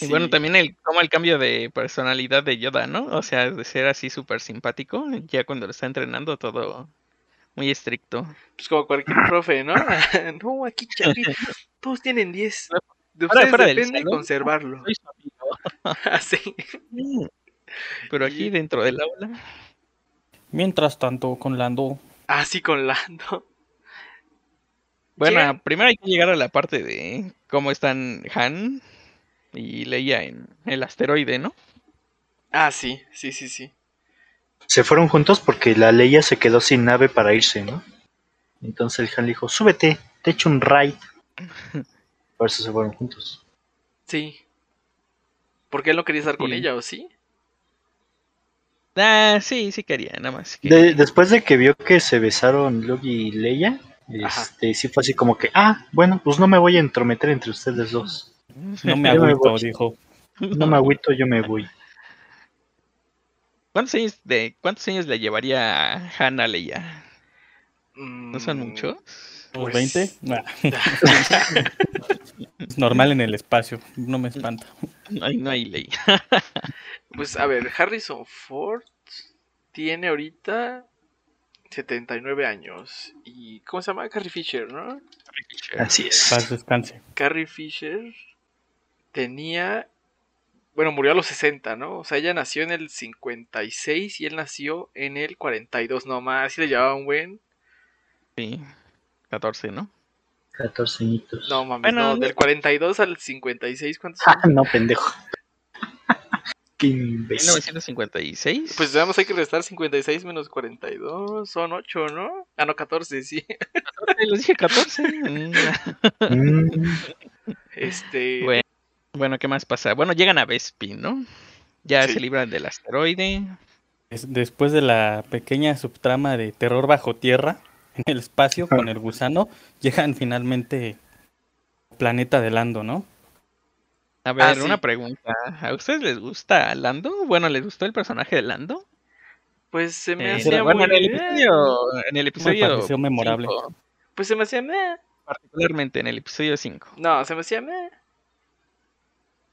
Y bueno,
Sí.
también el, como el cambio de personalidad de Yoda, ¿no? O sea, de ser así súper simpático, ya cuando lo está entrenando todo muy estricto.
Pues como cualquier profe, ¿no? no, aquí, aquí todos tienen 10. De
Fuera-
ustedes
fuera del
depende
salón.
conservarlo. Ah,
Soy su amigo.
Así.
Pero
Y-
aquí dentro del aula.
Mientras tanto, con Lando,
Así Ah, con Lando.
Bueno,
Llegan-
primero hay que llegar a la parte de cómo están Han y Leia en el asteroide, ¿no?
Ah, sí, sí, sí, sí.
Se fueron juntos porque la Leia se quedó sin nave para irse, ¿no? Entonces el Han le dijo, súbete, te echo un ride. Por eso se fueron juntos.
Sí. Porque él no quería estar con
Sí.
ella, ¿o sí?
Ah, sí, sí quería, nada más. Que...
De- después de que vio que se besaron Luke y Leia,
Ajá.
este, sí fue así como que, ah, bueno, pues no me voy a entrometer entre ustedes dos.
no me
Yo me
agüito,
voy.
dijo.
No me agüito, yo me voy.
¿Cuántos años, de, ¿Cuántos años le llevaría a Han a Leia? ¿No son
Mm,
muchos?
¿Los
pues-
20? Nah. es normal en el espacio, no me espanta.
Ay, no hay ley.
Pues a ver, Harrison Ford tiene ahorita 79 años. ¿Y cómo se llama? Carrie Fisher, ¿no?
Así es.
Paz, descanse.
Carrie Fisher tenía bueno, murió a los 60, ¿no? O sea, ella nació en el 56 y él nació en el 42 nomás. Si le llevaba un buen.
Sí, 14, ¿no?
14 añitos.
No, mames,
Bueno,
no.
no.
Del 42 al 56, ¿cuántos son?
Ah, no, pendejo. Qué imbécil.
1956.
Pues nada más hay que restar 56 menos 42. Son 8, ¿no? Ah, no, 14, sí.
les dije 14. Mm,
Mm,
Este.
bueno, bueno, ¿qué más pasa? Bueno, llegan a Bespin, ¿no? Ya
Sí.
se libran del asteroide.
Des- Después de la pequeña subtrama de terror bajo tierra en el espacio con el gusano, llegan finalmente al planeta de Lando, ¿no?
A ver,
Ah, sí.
una pregunta. ¿A ustedes les gusta Lando? Bueno, ¿les gustó el personaje de Lando?
Pues se me
Eh,
hacía
bueno, en
muy.
el episodio, en el episodio
pareció memorable.
cinco,
Pues se me hacía meh.
particularmente en el episodio 5.
No, se me hacía meh.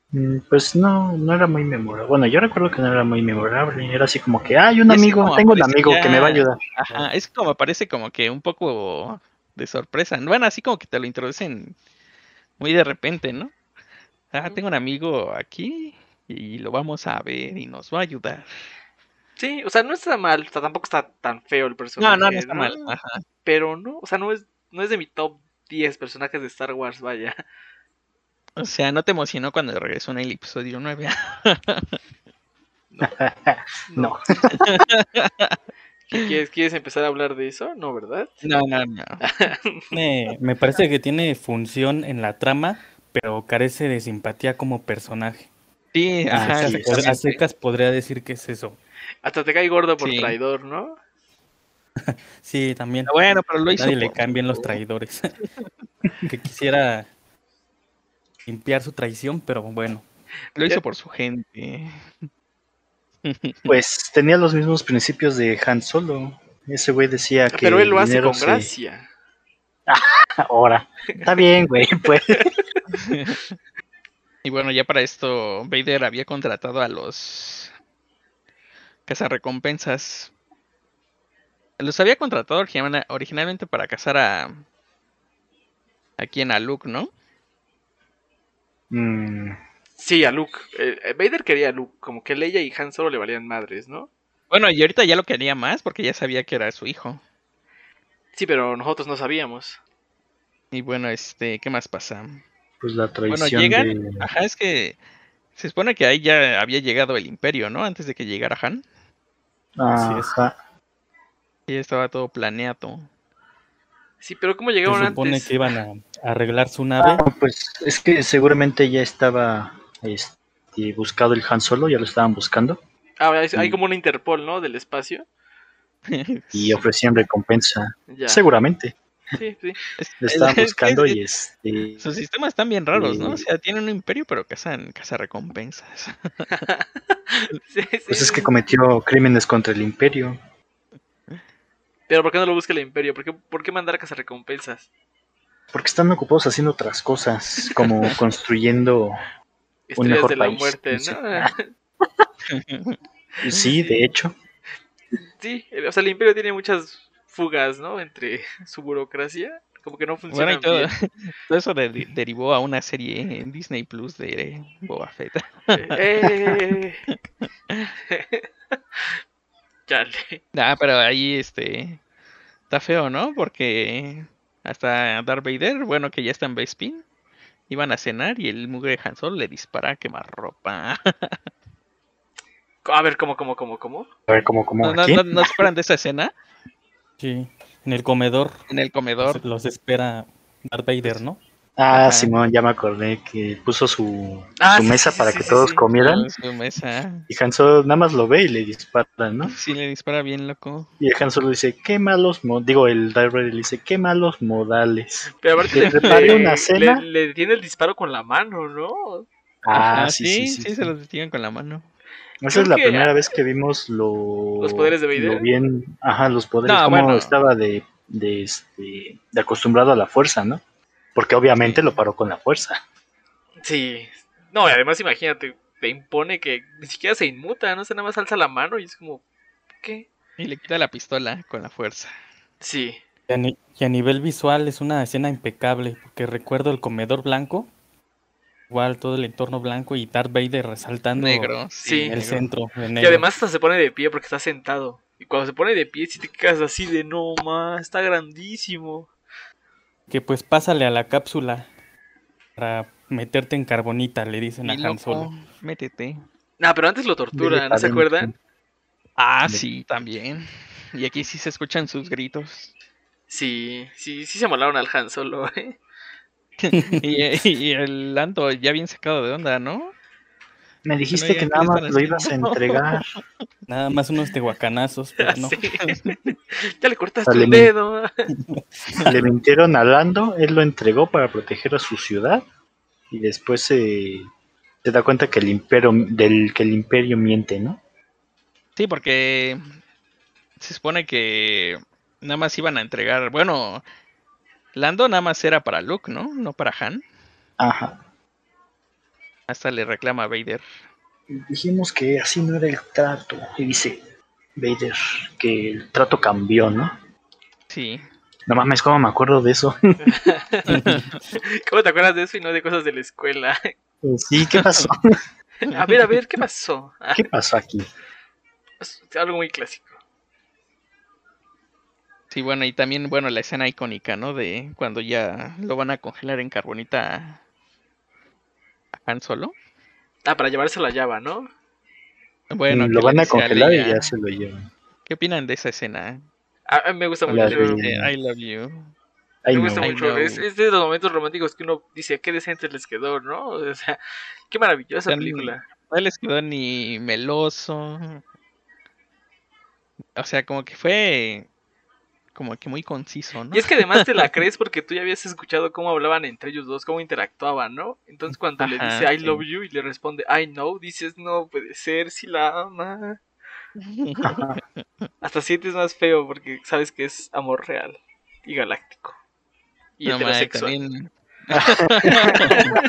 mm, Pues no, no era muy memorable. Bueno, yo recuerdo que no era muy memorable. Era así como que, hay un
Es
amigo,
como
tengo un
aparece
amigo que me va a
ya-
ayudar.
Ajá, es como parece como que un poco de sorpresa. Bueno, así como que te lo introducen muy de repente, ¿no? Ah,
Ujú.
tengo un amigo aquí y lo vamos a ver y nos va a ayudar.
Sí, o sea, no está mal. O sea, tampoco está tan feo el
No,
personaje.
no, no está mal. Ajá.
Pero no, o sea, no es, no es de mi top 10 personajes de Star Wars, vaya.
O sea, no te emocionó cuando regresó en el episodio 9.
No.
¿Qué ¿Quieres, ¿Quieres empezar a hablar de eso? No, ¿verdad?
No, no, no.
Tiene- me parece que tiene función en la trama, pero carece de simpatía como personaje.
Sí,
Ah,
ajá,
sí, pod- a
exactamente.
secas podría decir que es eso.
Hasta te cae gordo por
Sí.
traidor, ¿no?
Sí, también.
Bueno, pero lo hizo.
Nadie le
por-
caen bien los traidores. que quisiera limpiar su traición, pero bueno.
Lo hizo por su gente.
Pues tenía los mismos principios de Han Solo. Ese güey decía Ah, que.
Pero él lo
el
hace
dinero
con
se-
gracia.
Ahora. Está bien, güey, pues.
Y bueno, ya para esto, Vader había contratado a los cazarrecompensas. Los había contratado origina- originalmente para cazar a. Aquí en a Luke, ¿no?
Mm,
Sí, a Luke. Eh, eh, Vader quería a Luke. Como que Leia y Han solo le valían madres, ¿no?
Bueno, y ahorita ya lo quería más porque ya sabía que era su hijo.
Sí, pero nosotros no sabíamos.
Y bueno, este, ¿qué más pasa?
pues la
Bueno,
traición
llegan.
de.
Ajá, es que se supone que ahí ya había llegado el Imperio, ¿no? Antes de que llegara Han.
Así es.
Ajá.
Y ya estaba todo planeado.
Sí, pero ¿cómo
Se
llegaron
supone
antes?
que iban a a arreglar su nave.
Ah, pues es que seguramente ya estaba este, buscado el Han Solo, ya lo estaban buscando.
Ah, hay, hay
Mm.
como una Interpol, ¿no? Del espacio.
y ofrecían recompensa.
Ya.
Seguramente.
Sí, sí.
Es-
Lo estaban
es que
buscando
sí,
y este.
Sus sistemas están bien raros, ¿no? O
Sí.
sea, tienen un imperio, pero cazan, cazan recompensas.
Sí, sí,
Pues es
sí.
que cometió crímenes contra el imperio.
Pero ¿por qué no lo busca el Imperio? ¿Por qué, por qué mandar a cazar recompensas?
Porque están ocupados haciendo otras cosas, como construyendo.
Estrellas
mejor
de la
país,
muerte,
no
¿no?
sé. Sí, de hecho.
Sí, el- o sea, el Imperio tiene muchas fugas, ¿no? Entre su burocracia. Como que no
bueno,
funciona
y todo,
bien.
todo eso de- derivó a una serie en Disney Plus de Boba Fett.
Eh. Chale.
Ah, pero ahí este está feo, ¿no? Porque hasta Darth Vader, bueno, que ya está en Bespin, iban a cenar y el mugre Han Solo le dispara a quemarropa.
A ver, ¿cómo, cómo, cómo, cómo?
A ver, como, como
¿No, no,
aquí.
no, no se acuerdan de esa escena?
Sí. En el comedor
En el comedor.
los, los espera Darth Vader, ¿no?
Ah,
Ajá.
Simón, ya me acordé que puso su,
Ah,
su
sí,
mesa
sí,
para
sí,
que
sí,
todos
sí.
comieran.
en su mesa.
Y Han Solo nada más lo ve y le dispara, ¿no?
Sí, le dispara bien loco.
Y el Han Solo dice, qué malos, mo-", digo, el Darth Vader le dice, qué malos modales.
Pero aparte
Que
le,
prepare
le-
una
le-
cena.
le detiene el disparo con la mano, ¿no?
Ah,
Ajá,
sí, sí, sí. sí.
se los detienen con la mano.
Esa es
Creo
la
que-
primera vez que vimos lo,
¿Los poderes de Vader?
lo bien, ajá, los poderes,
No,
como
bueno.
estaba de, de, este, de acostumbrado a la fuerza, ¿no? Porque obviamente
Sí.
lo paró con la fuerza.
Sí. No, y además imagínate, te impone que ni siquiera se inmuta, no sé, nada más alza la mano y es como, ¿qué?
Y le quita la pistola con la fuerza.
Sí.
Y a, ni- y a nivel visual es una escena impecable, porque recuerdo el comedor blanco Igual todo el entorno blanco y Darth Vader resaltando
Negro,
Sí.
sí.
el
negro.
centro. de
Y
negro.
además hasta se pone de pie porque está sentado. Y cuando se pone de pie, si te quedas así de no más, está grandísimo.
Que pues pásale a la cápsula para meterte en carbonita, le dicen a
Y
Han Solo.
loco, métete.
Nah, pero antes lo torturan, ¿no se acuerdan?
Ah,
Me-
sí, también. Y aquí sí se escuchan sus gritos.
Sí, sí, sí se molaron al Han Solo, ¿eh?
Y, y el Lando ya bien sacado de onda, ¿no?
Me dijiste
digan
que
qué le
nada más
están
lo ibas a
haciendo.
entregar.
Nada más unos tehuacanazos, pero no.
Así. ya le cortaste
Dale,
un
mi-
dedo.
Le mintieron a Lando, él lo entregó para proteger a su ciudad y después se, se da cuenta que el imperio del que el imperio miente, ¿no?
Sí, porque se supone que nada más iban a entregar. Bueno, Lando nada más era para Luke, ¿no? No para Han.
Ajá.
Hasta le reclama a Vader.
Dijimos que así no era el trato. Y dice Vader que el trato cambió, ¿no?
Sí.
No mames, ¿cómo me acuerdo de eso?
¿Cómo te acuerdas de eso y no de cosas de la escuela?
Pues,
sí, ¿qué pasó?
a ver, a ver, ¿qué pasó? Ah,
¿Qué pasó aquí?
es algo muy clásico.
Sí, bueno, y también, bueno, la escena icónica, ¿no? De cuando ya lo van a congelar en carbonita a Han Solo.
Ah, para llevarse la llava, ¿no?
Bueno,
Mm, lo
¿qué le
van a
dice
congelar y
Leia?
ya se lo llevan.
¿Qué opinan de esa escena?
Ah, ah, me gusta
La
mucho.
de-
Me
De I love you.
Ay,
gusta
no.
Ay,
mucho.
no.
Es, es de los momentos románticos que uno dice, qué decente les quedó, ¿no? O sea, qué maravillosa
Tan-
película.
No les quedó ni meloso. O sea, como que fue como que muy conciso, ¿no?
Y es que además te la crees porque tú ya habías escuchado cómo hablaban entre ellos dos, cómo interactuaban, ¿no? Entonces cuando le
Ajá,
dice I
sí.
love you y le responde I know, dices no puede ser si la ama. Hasta sientes más feo porque sabes que es amor real y galáctico. Y
No, madre,
heterosexual.
también.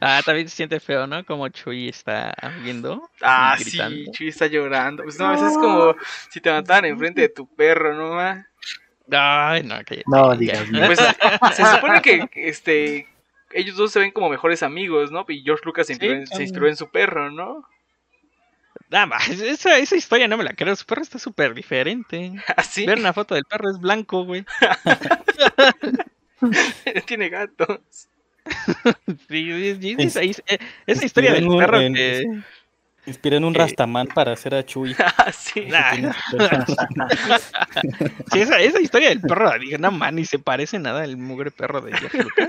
ah, también se siente feo, ¿no? Como Chuy está viendo.
Ah,
y
sí,
gritando.
Chuy está llorando. Pues no, a veces es como si te mataran enfrente de tu perro, ¿no? ma?
Ay, no, cállate,
No
ya.
digas, no.
Pues se supone que este ellos dos se ven como mejores amigos, ¿no? Y George Lucas se
Sí,
inspiró, en, se
claro.
inspiró en su perro, ¿no?
Nada más, esa, esa historia no me la creo. Su perro está súper diferente.
Así,
Ver una foto del perro es blanco, güey.
tiene gatos.
Sí, es- es-
Es-
esa, es-
este,
esa historia del
Estuvieron
perro
en-
que.
Inspiré en un
Eh.
rastamán para hacer a Chuy.
Ah,
Así.
Nah,
Pues
sí, esa, esa historia del perro, digo, no man, ni se parece nada al mugre perro de George Lucas.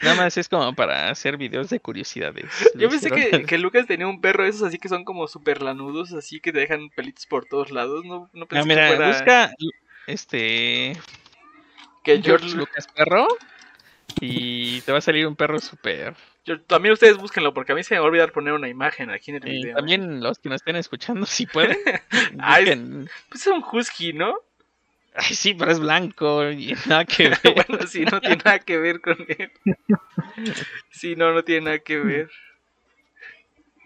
Nada más es como para hacer videos de curiosidades.
Yo
Lo
pensé
hicieron-
que, que Lucas tenía un perro esos así que son como super lanudos, así que te dejan pelitos por todos lados. No, no pensé
Ah, mira,
pues, que fuera
busca este
que
George
George,
Lucas perro y te va a salir un perro súper. eh,
George- También ustedes búsquenlo, porque a mí se me va a olvidar poner una imagen aquí en el
Eh,
video.
también los que nos estén escuchando, si pueden.
Ah, es-
busquen-
Pues es un husky, ¿no?
Ay, sí, pero es blanco y nada que ver.
bueno, sí, no tiene nada que ver con él. Sí, no, no tiene nada que ver.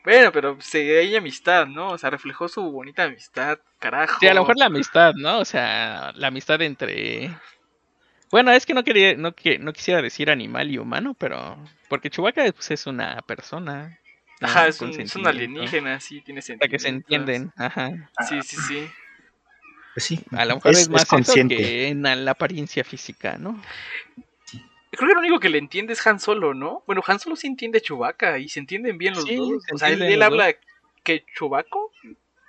Bueno, pero pues, eh, hay amistad, ¿no? O sea, reflejó su bonita amistad, carajo.
Sí, a lo mejor la amistad, ¿no? O sea, la amistad entre. Bueno, es que no quería, no que, no quisiera decir animal y humano, pero porque Chewbacca pues, es una persona. ¿no?
Ajá, es
Con
un, es un
sentimiento.
alienígena, sí, tiene
Ah, O sea,
sentido.
que se entienden. Ajá.
Sí, sí, sí.
Pues sí,
A lo mejor
Es-
es,
es
más
consciente.
eso que en la, la apariencia física, ¿no?
Creo que lo único que le entiende es Han Solo, ¿no? Bueno, Han Solo sí entiende a Chewbacca y se entienden bien los
Sí,
dos.
se
O sea, él,
entienden
él
los
habla que Chubaco.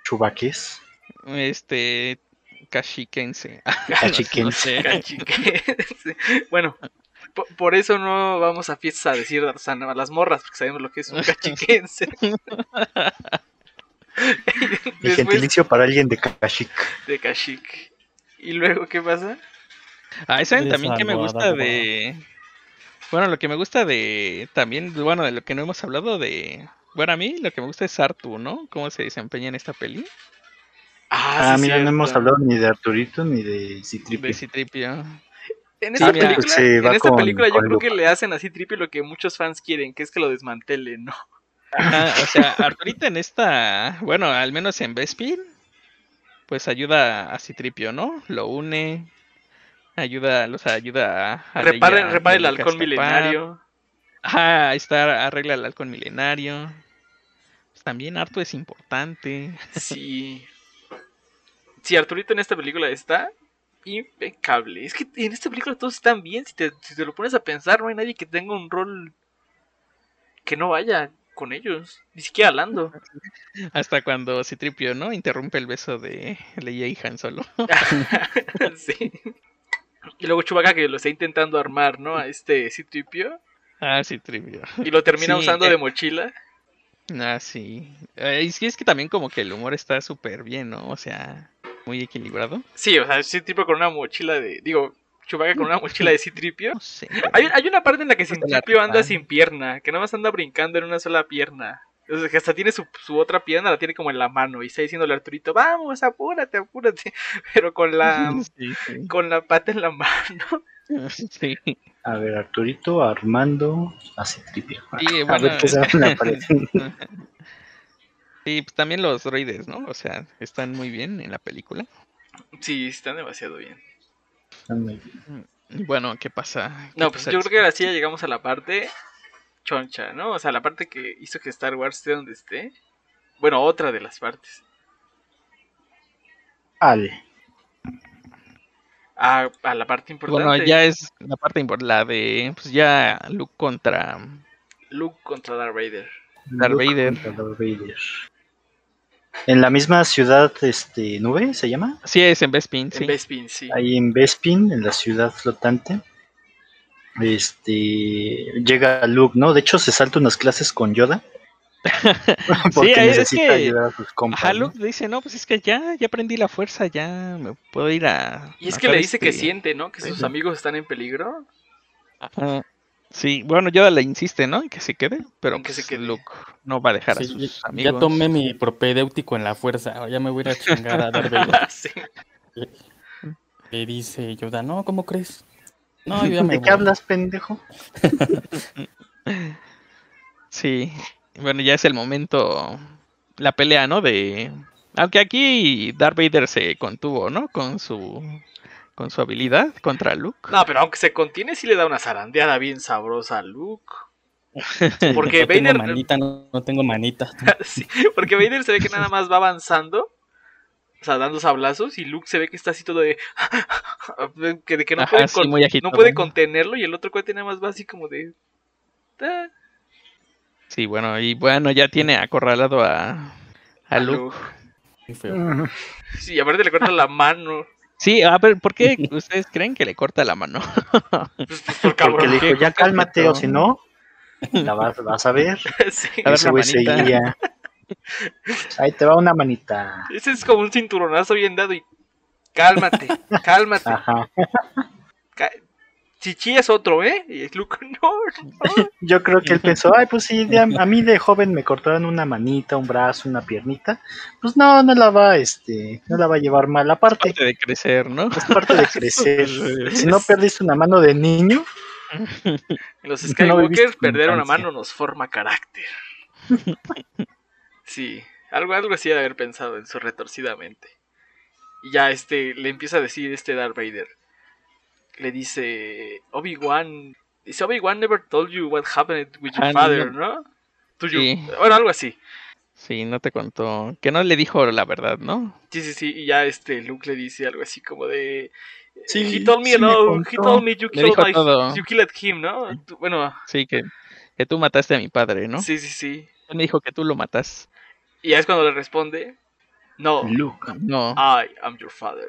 chubaques.
Este cachiquense.
Cachiquense.
No sé.
bueno, po- por eso no vamos a fiestas a decir o sea, a las morras, porque sabemos lo que es un cachiquense.
El
Después
gentilicio para alguien de Kashyyyk.
de cachique. ¿Y luego qué pasa?
Ah, ¿saben
Eres
también que me
algo,
gusta
algo.
de. Bueno, lo que me gusta de. También, bueno, de lo que no hemos hablado de. Bueno, a mí lo que me gusta es Artu, ¿no? Cómo se desempeña en esta peli.
Ah,
sí,
mira, no
cierto.
hemos hablado ni de Arturito ni de Citripe.
De Citripio.
En
Sí,
esta
mira,
película,
pues, se
en
va
esta
con-
película yo
con
creo
Luke.
que le hacen así triple lo que muchos fans quieren, que es que lo desmantelen, ¿no?
o sea, Arturita en esta. Bueno, al menos en Bespin. Pues ayuda a Citripio, ¿no? Lo une. Ayuda, los ayuda a. a
Reparen,
Leia,
reparen el
Lucas
halcón
escapar.
milenario.
Ah, ahí está, arregla el halcón milenario. Pues también Artu es importante.
Sí. Sí, Arturito en esta película está impecable. Es que en esta película todos están bien. Si te, si te lo pones a pensar, no hay nadie que tenga un rol que no vaya con ellos. Ni siquiera Lando.
Hasta cuando Citripio, ¿no? Interrumpe el beso de Leia y Han Solo.
sí. Y luego Chubaca que lo está intentando armar, ¿no? A este Citripio.
Ah, Citripio.
Y lo termina
Sí,
usando
eh.
de mochila.
Ah, sí. Eh, y sí, es que también como que el humor está súper bien, ¿no? O sea, muy equilibrado.
Sí, o sea, Citripio con una mochila de. Digo, Chubaca con una mochila de Citripio.
No sé.
Hay, hay una parte en la que Citripio anda
rifa.
sin pierna, que nada más anda brincando en una sola pierna. O sea, que hasta tiene su, su otra pierna, la tiene como en la mano y está diciéndole a Arturito, vamos, apúrate, apúrate, pero con la,
Sí, sí.
con la pata en la mano.
Sí.
A ver, Arturito, Armando, así tripio.
Sí,
A
bueno,
ver qué se da en la pared.
Sí, pues también los droides, ¿no? O sea, están muy bien en la película.
Sí, están demasiado bien.
Bueno, ¿qué pasa? ¿Qué
No, pues
pasa
yo creo que
después?
así ya llegamos a la parte choncha, ¿no? O sea, la parte que hizo que Star Wars esté donde esté. Bueno, otra de las partes.
Vale.
A, a la parte importante.
Bueno, ya es la parte importante, la de, pues ya Luke contra
Luke contra Darth Vader.
Darth
Luke
Vader.
contra Darth Vader. En la misma ciudad, este, nube, ¿se llama?
Sí, es en Bespin,
En
sí.
Bespin, sí.
Ahí en Bespin, en la ciudad flotante. Este llega Luke, ¿no? De hecho, se salta unas clases con Yoda. Porque
Sí, es
necesita
que-
ayudar a sus compas.
Ajá,
¿no?
Luke dice, no, pues es que ya, ya aprendí la fuerza, ya me puedo ir a...
Y es que
matar
le dice que
este-
siente, ¿no? Que sus
Ujú.
amigos están en peligro.
Ajá. Sí, bueno, Yoda le insiste, ¿no? En que se quede, pero
En que se
pues,
quede.
Luke no va a dejar
Sí,
a
ya-
sus
ya,
amigos.
tomé mi propedéutico en la fuerza. ahora Ya me voy a ir a chingar a Darth Vader.
sí.
Le dice Yoda, no, ¿cómo crees? No, yo ya me
¿De
voy.
qué hablas, pendejo?
Sí, bueno, ya es el momento, la pelea, ¿no? De... Aunque aquí Darth Vader se contuvo, ¿no? Con su, con su habilidad contra Luke.
No, pero aunque se contiene, sí le da una zarandeada bien sabrosa a Luke. Porque
no tengo
Vader-
manita, no, no tengo manita.
Sí, porque Vader se ve que nada más va avanzando, o sea, dando sablazos, y Luke se ve que está así todo de. que, de que no,
Ajá,
puede
sí,
con-
muy agitado.
no puede contenerlo, y el otro cuate nada más va así como de. "Ah",
Sí, bueno, y bueno, ya tiene acorralado a, a Luke.
Muy feo.
Sí, y aparte le corta la mano.
Sí, a ver, ¿por qué ustedes creen que le corta la mano?
Pues, pues, por
Porque
cabrón.
le dijo,
qué
ya cálmate,
coqueto".
o si no, la vas, vas a ver.
Sí.
A ver
Ese
la
güey
manita.
seguía. Ahí te va una manita.
Ese es como un cinturonazo bien dado y. Cálmate, cálmate.
Ah.
Ajá.
ca- Chichi es otro, ¿eh? Y es Luke, no, no.
Yo creo que él pensó, ay, pues sí, de- a mí de joven me cortaron una manita, un brazo, una piernita. Pues no, no la va, este, no la va a llevar mal. Aparte,
Parte de crecer, ¿no?
es parte de crecer. Si no perdiste una mano de niño,
En los
No lo he visto
Skywalker,
en
perder una
infancia.
mano nos forma carácter. Sí, algo, algo así de haber pensado en su retorcidamente. Y ya este, le empieza a decir este Darth Vader. Le dice Obi-Wan. Dice Obi-Wan never told you what happened with your
Ah, no,
father, ¿no? To you.
Sí.
Bueno, algo así.
Sí, no te contó. Que no le dijo la verdad, ¿no?
Sí, sí, sí. Y ya este Luke le dice algo así como de.
Sí,
he told me
sí me
alone, He
contó".
told me you
Le
killed,
dijo
my-
todo.
you killed him, ¿no? Tú- Bueno,
Sí, que, que tú mataste a mi padre, ¿no?
sí, sí, sí.
Él me dijo que tú lo matas.
Y ya es cuando le responde, no,
Luke.
No.
I am your father.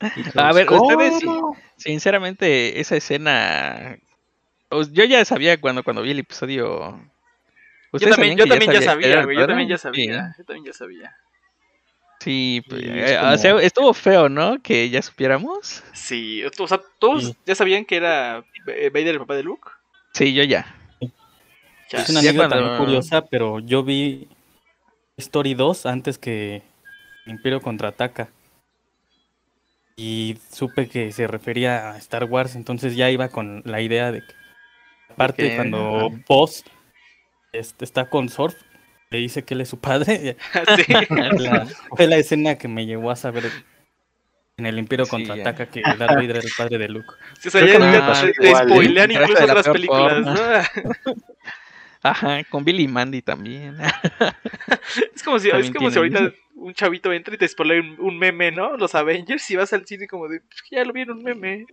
Ah,
A ver,
pues,
¿Cómo?
ustedes, sinceramente, esa escena. os- Yo ya sabía cuando, cuando vi el episodio.
Yo
¿Ustedes
también, yo
sabían
también
que
ya
que era
sabía,
el
güey, yo también
padre?
ya
Sí. ¿eh?
sabía, yo también ya sabía.
Sí, pues,
Y es
eh, o sea,
como-
estuvo feo, ¿no? Que ya supiéramos.
Sí, o sea, todos
Sí.
ya sabían que era eh, Vader el papá de Luke.
Sí, yo ya.
Ya.
Es una
Ya
anécdota
cuando-
muy curiosa, pero yo vi Story 2 antes que Imperio contraataca. Y supe que se refería a Star Wars, entonces ya iba con la idea de que. Aparte,
que-
cuando Post está con Surf, le dice que él es su padre.
Sí.
la- fue la escena que me llevó a saber en el Imperio
Sí,
contraataca que Darth Vader era el padre de Luke.
Sí, o sea,
Creo
ya
que a mí
te,
me pasó
te
igual, ¿eh?
spoilean
Traje
incluso
de la
otras
peor
películas.
forma.
¿no?
Ajá, con Billy y Mandy también.
Es como si, es
También
como si
tienen.
ahorita un chavito entra y te spoilea un, un meme, ¿no? Los Avengers y vas al cine como de, "Pues, ya lo vieron un meme.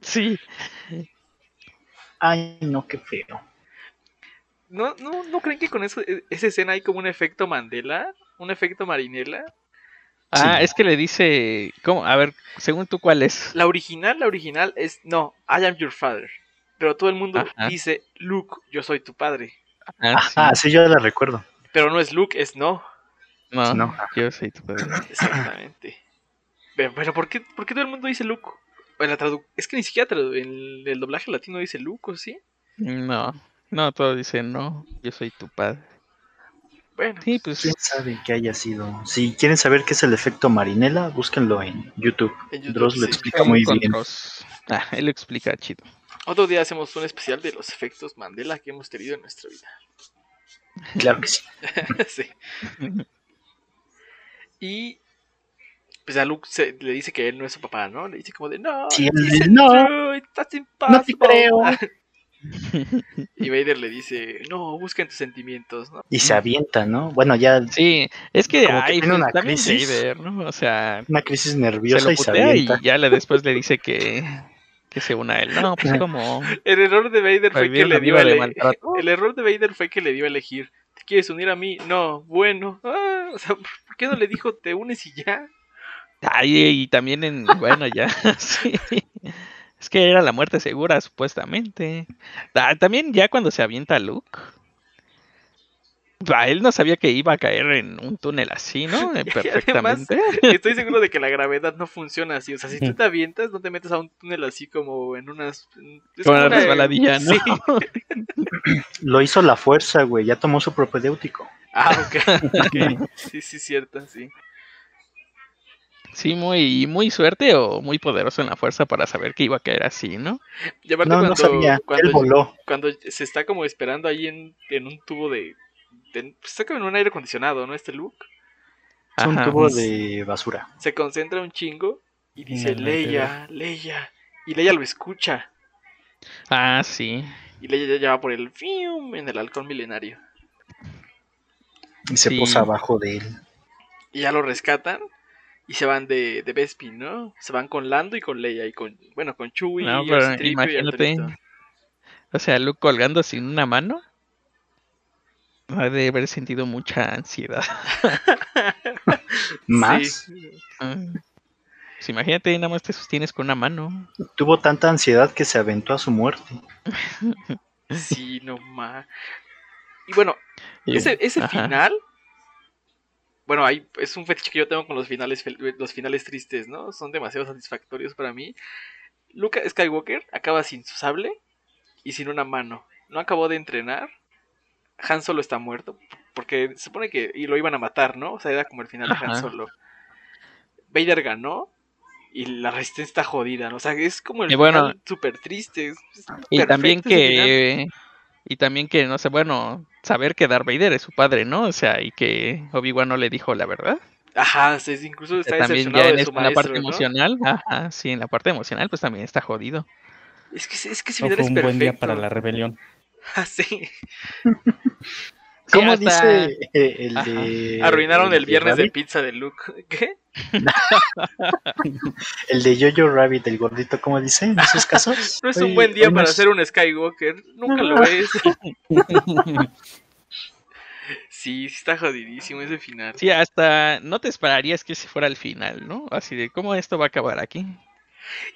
sí.
Ay, no, qué feo.
¿No, no, ¿No creen que con eso, e- esa escena hay como un efecto Mandela? ¿Un efecto Marinela?
Ah,
Sí.
es que le dice. ¿Cómo? A ver, según tú, ¿cuál es?
La original, la original es, no, I am your father. Pero todo el mundo
Ajá.
dice, Luke, yo soy tu padre.
Ah, sí.
Ajá, sí, yo la recuerdo.
Pero no es Luke, es no.
No,
No.
yo soy tu padre.
Exactamente. Pero, pero ¿por, qué, ¿por qué todo el mundo dice Luke? O en la tradu- es que ni siquiera tradu- en el, el doblaje latino dice Luke, ¿o sí?
No, no, todos dicen no, yo soy tu padre.
Bueno,
Sí, pues
¿Quién sabe qué haya sido? Si quieren saber qué es el efecto Marinela, búsquenlo en YouTube.
en YouTube,
Dross lo
sí.
explica muy
con
bien.
Dross. Ah, él lo explica chido.
Otro día hacemos un especial de los efectos Mandela que hemos tenido en nuestra vida.
Claro que sí.
Sí. Y pues a Luke se- le dice que él no es su papá, ¿no? Le dice como de no,
Sí,
it
él dice,
isn't
"No,
true, it's not
No te
impossible".
creo.
Y Vader le dice, no, busquen tus sentimientos, ¿no?
Y se avienta, ¿no? Bueno, ya
Sí, es que,
Como que
ay,
tiene
pues,
una
también
crisis.
Vader, ¿no? O sea,
una crisis
se
nerviosa
lo
y se
putea y
avienta.
ya le, después le dice que, que se una a él. No, pues como
El error de Vader fue que
revivir
le
la
dio a
viva de
ele-
maltrato.
el error de Vader fue que le dio a elegir. ¿Te quieres unir a mí? No, bueno. Ah, o sea, ¿por qué no le dijo te unes y ya?
Ay, y también en, bueno, ya, sí. Es que era la muerte segura, supuestamente. Ta- también ya cuando se avienta Luke. A él no sabía que iba a caer en un túnel así, ¿no? Eh,
Y además-
Perfectamente.
Estoy seguro de que la gravedad no funciona así. O sea, si tú te avientas, no te metes a un túnel así como en unas. es
Como una
una-
resbaladilla, ¿no?
Sí.
Lo hizo la fuerza, güey. Ya tomó su propedéutico.
Ah, ok. ok. Sí, sí, cierta, sí.
Sí, muy, muy suerte o muy poderoso en la fuerza para saber que iba a caer así, ¿no?
Y aparte,
No,
cuando,
no sabía. Él
cuando,
voló.
cuando se está como esperando ahí en, en un tubo de. de- pues, está como en un aire acondicionado, ¿no? Este look.
Es un
Ajá.
tubo de basura.
Se concentra un chingo y dice:
En el
Leia, Leia. Y Leia lo escucha.
Ah, sí.
Y Leia ya- ya va por el. fium En el halcón milenario.
Y se
Sí.
posa abajo de él.
y ya lo rescatan y se van de, de Bespin, ¿no? Se van con Lando y con Leia y con, bueno, con Chewie,
No,
y
pero
Arstripio y
imagínate.
Arturito.
O sea, Luke colgando sin una mano. Ha de haber sentido mucha ansiedad.
Más.
Sí.
Pues imagínate, nada más te sostienes con una mano.
Tuvo tanta ansiedad que se aventó a su muerte.
Sí, no más. Y bueno,
Y-
ese, ese
ajá.
final. Bueno, ahí es un fetiche que yo tengo con los finales, fel- eh, los finales tristes, ¿no? Son demasiado satisfactorios para mí. Luke Skywalker acaba sin su sable y sin una mano. No acabó de entrenar. Han Solo está muerto. Porque se supone que y lo iban a matar, ¿no? O sea, era como el final de Han
Ajá.
Solo. Vader ganó y la resistencia está jodida. ¿no? O sea, es como el
Y bueno,
final súper triste. es- es
Y también
perfecto ese final.
que. Y también que, no sé, bueno, saber que Darth Vader es su padre, ¿no? O sea, y que Obi-Wan no le dijo la verdad.
Ajá, sí, sí, incluso está
también
decepcionado
ya en,
de
es-
su
en la
maestro,
parte
¿no?
emocional. Ajá, sí, en la parte emocional, pues también está jodido.
Es que, ese- es que ese
No
Este video
fue
es
un
perfecto.
buen día para la rebelión.
Ah, sí.
Sí,
¿Cómo
hasta-
dice eh, el de.
eh,
Arruinaron el
de
viernes de
Rabbit?
pizza de Luke. ¿Qué?
El de Jojo Rabbit, el gordito, ¿cómo dice en esos casos?
No es un buen día para ser un Skywalker. Nunca lo es. Sí, sí está jodidísimo ese final.
Sí, hasta no te esperarías que ese fuera el final, ¿no? Así de, ¿cómo esto va a acabar aquí?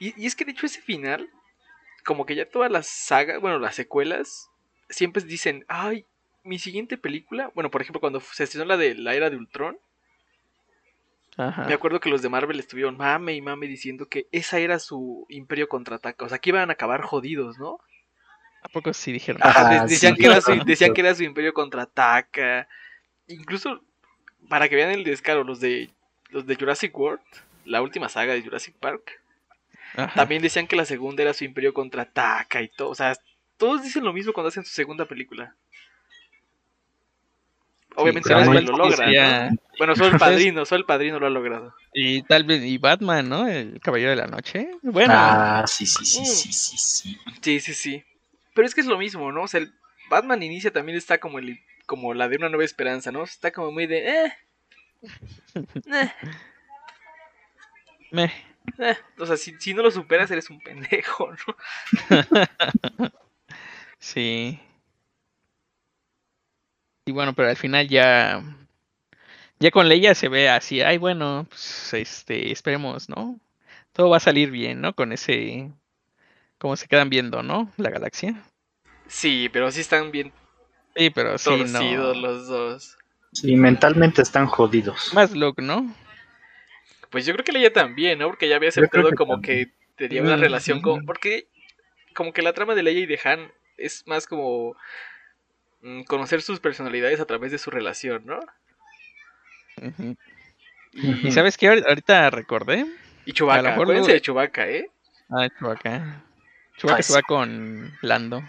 Y, y es que de hecho ese final, como que ya todas las sagas, bueno, las secuelas, siempre dicen, ay, mi siguiente película, bueno, por ejemplo, cuando se estrenó la de la era de Ultron,
Ajá.
Ah.
Me acuerdo que los de Marvel estuvieron mame y mame diciendo que esa era su imperio contraataca. O sea, que iban a acabar jodidos, ¿no?
¿A poco sí dijeron?
Ah,
Ajá, de- decían,
sí.
que era su, decían que era su imperio contraataca. Incluso, para que vean el descaro, los de, los de Jurassic World, la última saga de Jurassic Park,
Ajá.
también decían que la segunda era su imperio contraataca y todo. O sea, todos dicen lo mismo cuando hacen su segunda película. Obviamente
Sí,
Batman
Batman
lo logra. ¿no?
Sería-
Bueno, solo el padrino, solo el padrino lo ha logrado.
Y tal vez, y Batman, ¿no? El Caballero de la Noche. Bueno,
Ah, sí, sí, sí,
Mm.
sí, sí, sí.
Sí, sí, sí. Pero es que es lo mismo, ¿no? O sea, el Batman inicia también está como el como la de una nueva esperanza, ¿no? Está como muy de eh, eh,
meh.
eh. O sea, si, si no lo superas eres un pendejo, ¿no?
Sí. Y bueno, pero al final ya. Ya con Leia se ve así, ay, bueno, pues este, esperemos, ¿no? Todo va a salir bien, ¿no? Con ese. Como se quedan viendo, ¿no? La galaxia.
Sí, pero sí están bien
Sí, pero sí, no.
torcidos los dos.
Sí, mentalmente están jodidos.
Más Luke, ¿no?
Pues yo creo que ella también, ¿no? Porque ya había
Yo creo
aceptado
que
como
también.
que tenía una
Mm,
relación con...
mm.
Porque como que la trama de Leia y de Han es más como mm, conocer sus personalidades a través de su relación, ¿no?
Ujú.
Y,
Mm.
¿Y sabes qué? Ahor- Ahorita recordé.
y
a lo
Chewbacca,
mejor
acuérdense
luego-
de Chewbacca, ¿eh?
Ah, Chewbacca. Chewbacca se
sí.
va con Lando.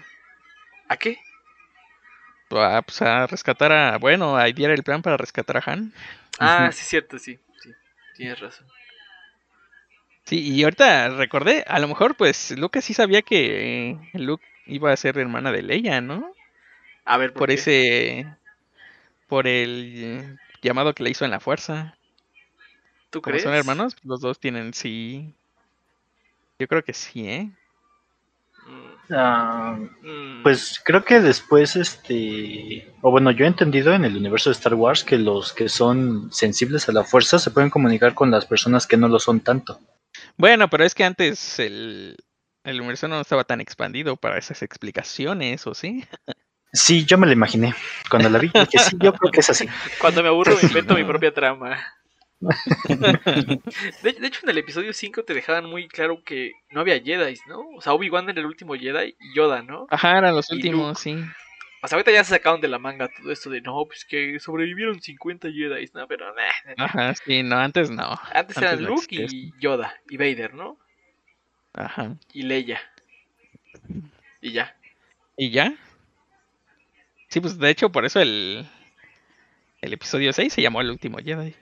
¿A qué?
A, pues a rescatar a. Bueno, a idear el plan para rescatar a Han.
Ah, sí, cierto, sí, sí. Tienes razón.
Sí, y ahorita recordé, a lo mejor pues Luke sí sabía que eh, Luke iba a ser hermana de Leia, ¿no?
A ver,
Por,
¿por, qué?
ese... Por el eh, llamado que le hizo en la fuerza.
¿Tú
Como
crees?
son hermanos, los dos tienen sí. Yo creo que sí, ¿eh?
Mm,
Ah,
mm.
pues creo que después, este, o bueno, yo he entendido en el universo de Star Wars que los que son sensibles a la fuerza se pueden comunicar con las personas que no lo son tanto.
Bueno, pero es que antes el, el universo no estaba tan expandido para esas explicaciones, ¿o sí?
Sí, yo me lo imaginé cuando la vi. Dije, sí, yo creo que es así.
Cuando me aburro me
Sí,
invento mi
no.
propia trama. De, de hecho, en el episodio 5 te dejaban muy claro que no había Jedi, ¿no? O sea, Obi-Wan era el último Jedi y Yoda, ¿no?
Ajá, eran los
Y
últimos, sí.
O sea, ahorita ya se sacaron de la manga todo esto de no, pues que sobrevivieron 50 Jedi, ¿no? Pero nah, nah, nah.
Ajá, sí, no, antes no.
antes eran
no
Luke
existía eso.
y Yoda y Vader, ¿no?
Ajá.
Y Leia. Y ya.
¿Y ya? Sí, pues de hecho por eso el, el episodio 6 se llamó El último Jedi.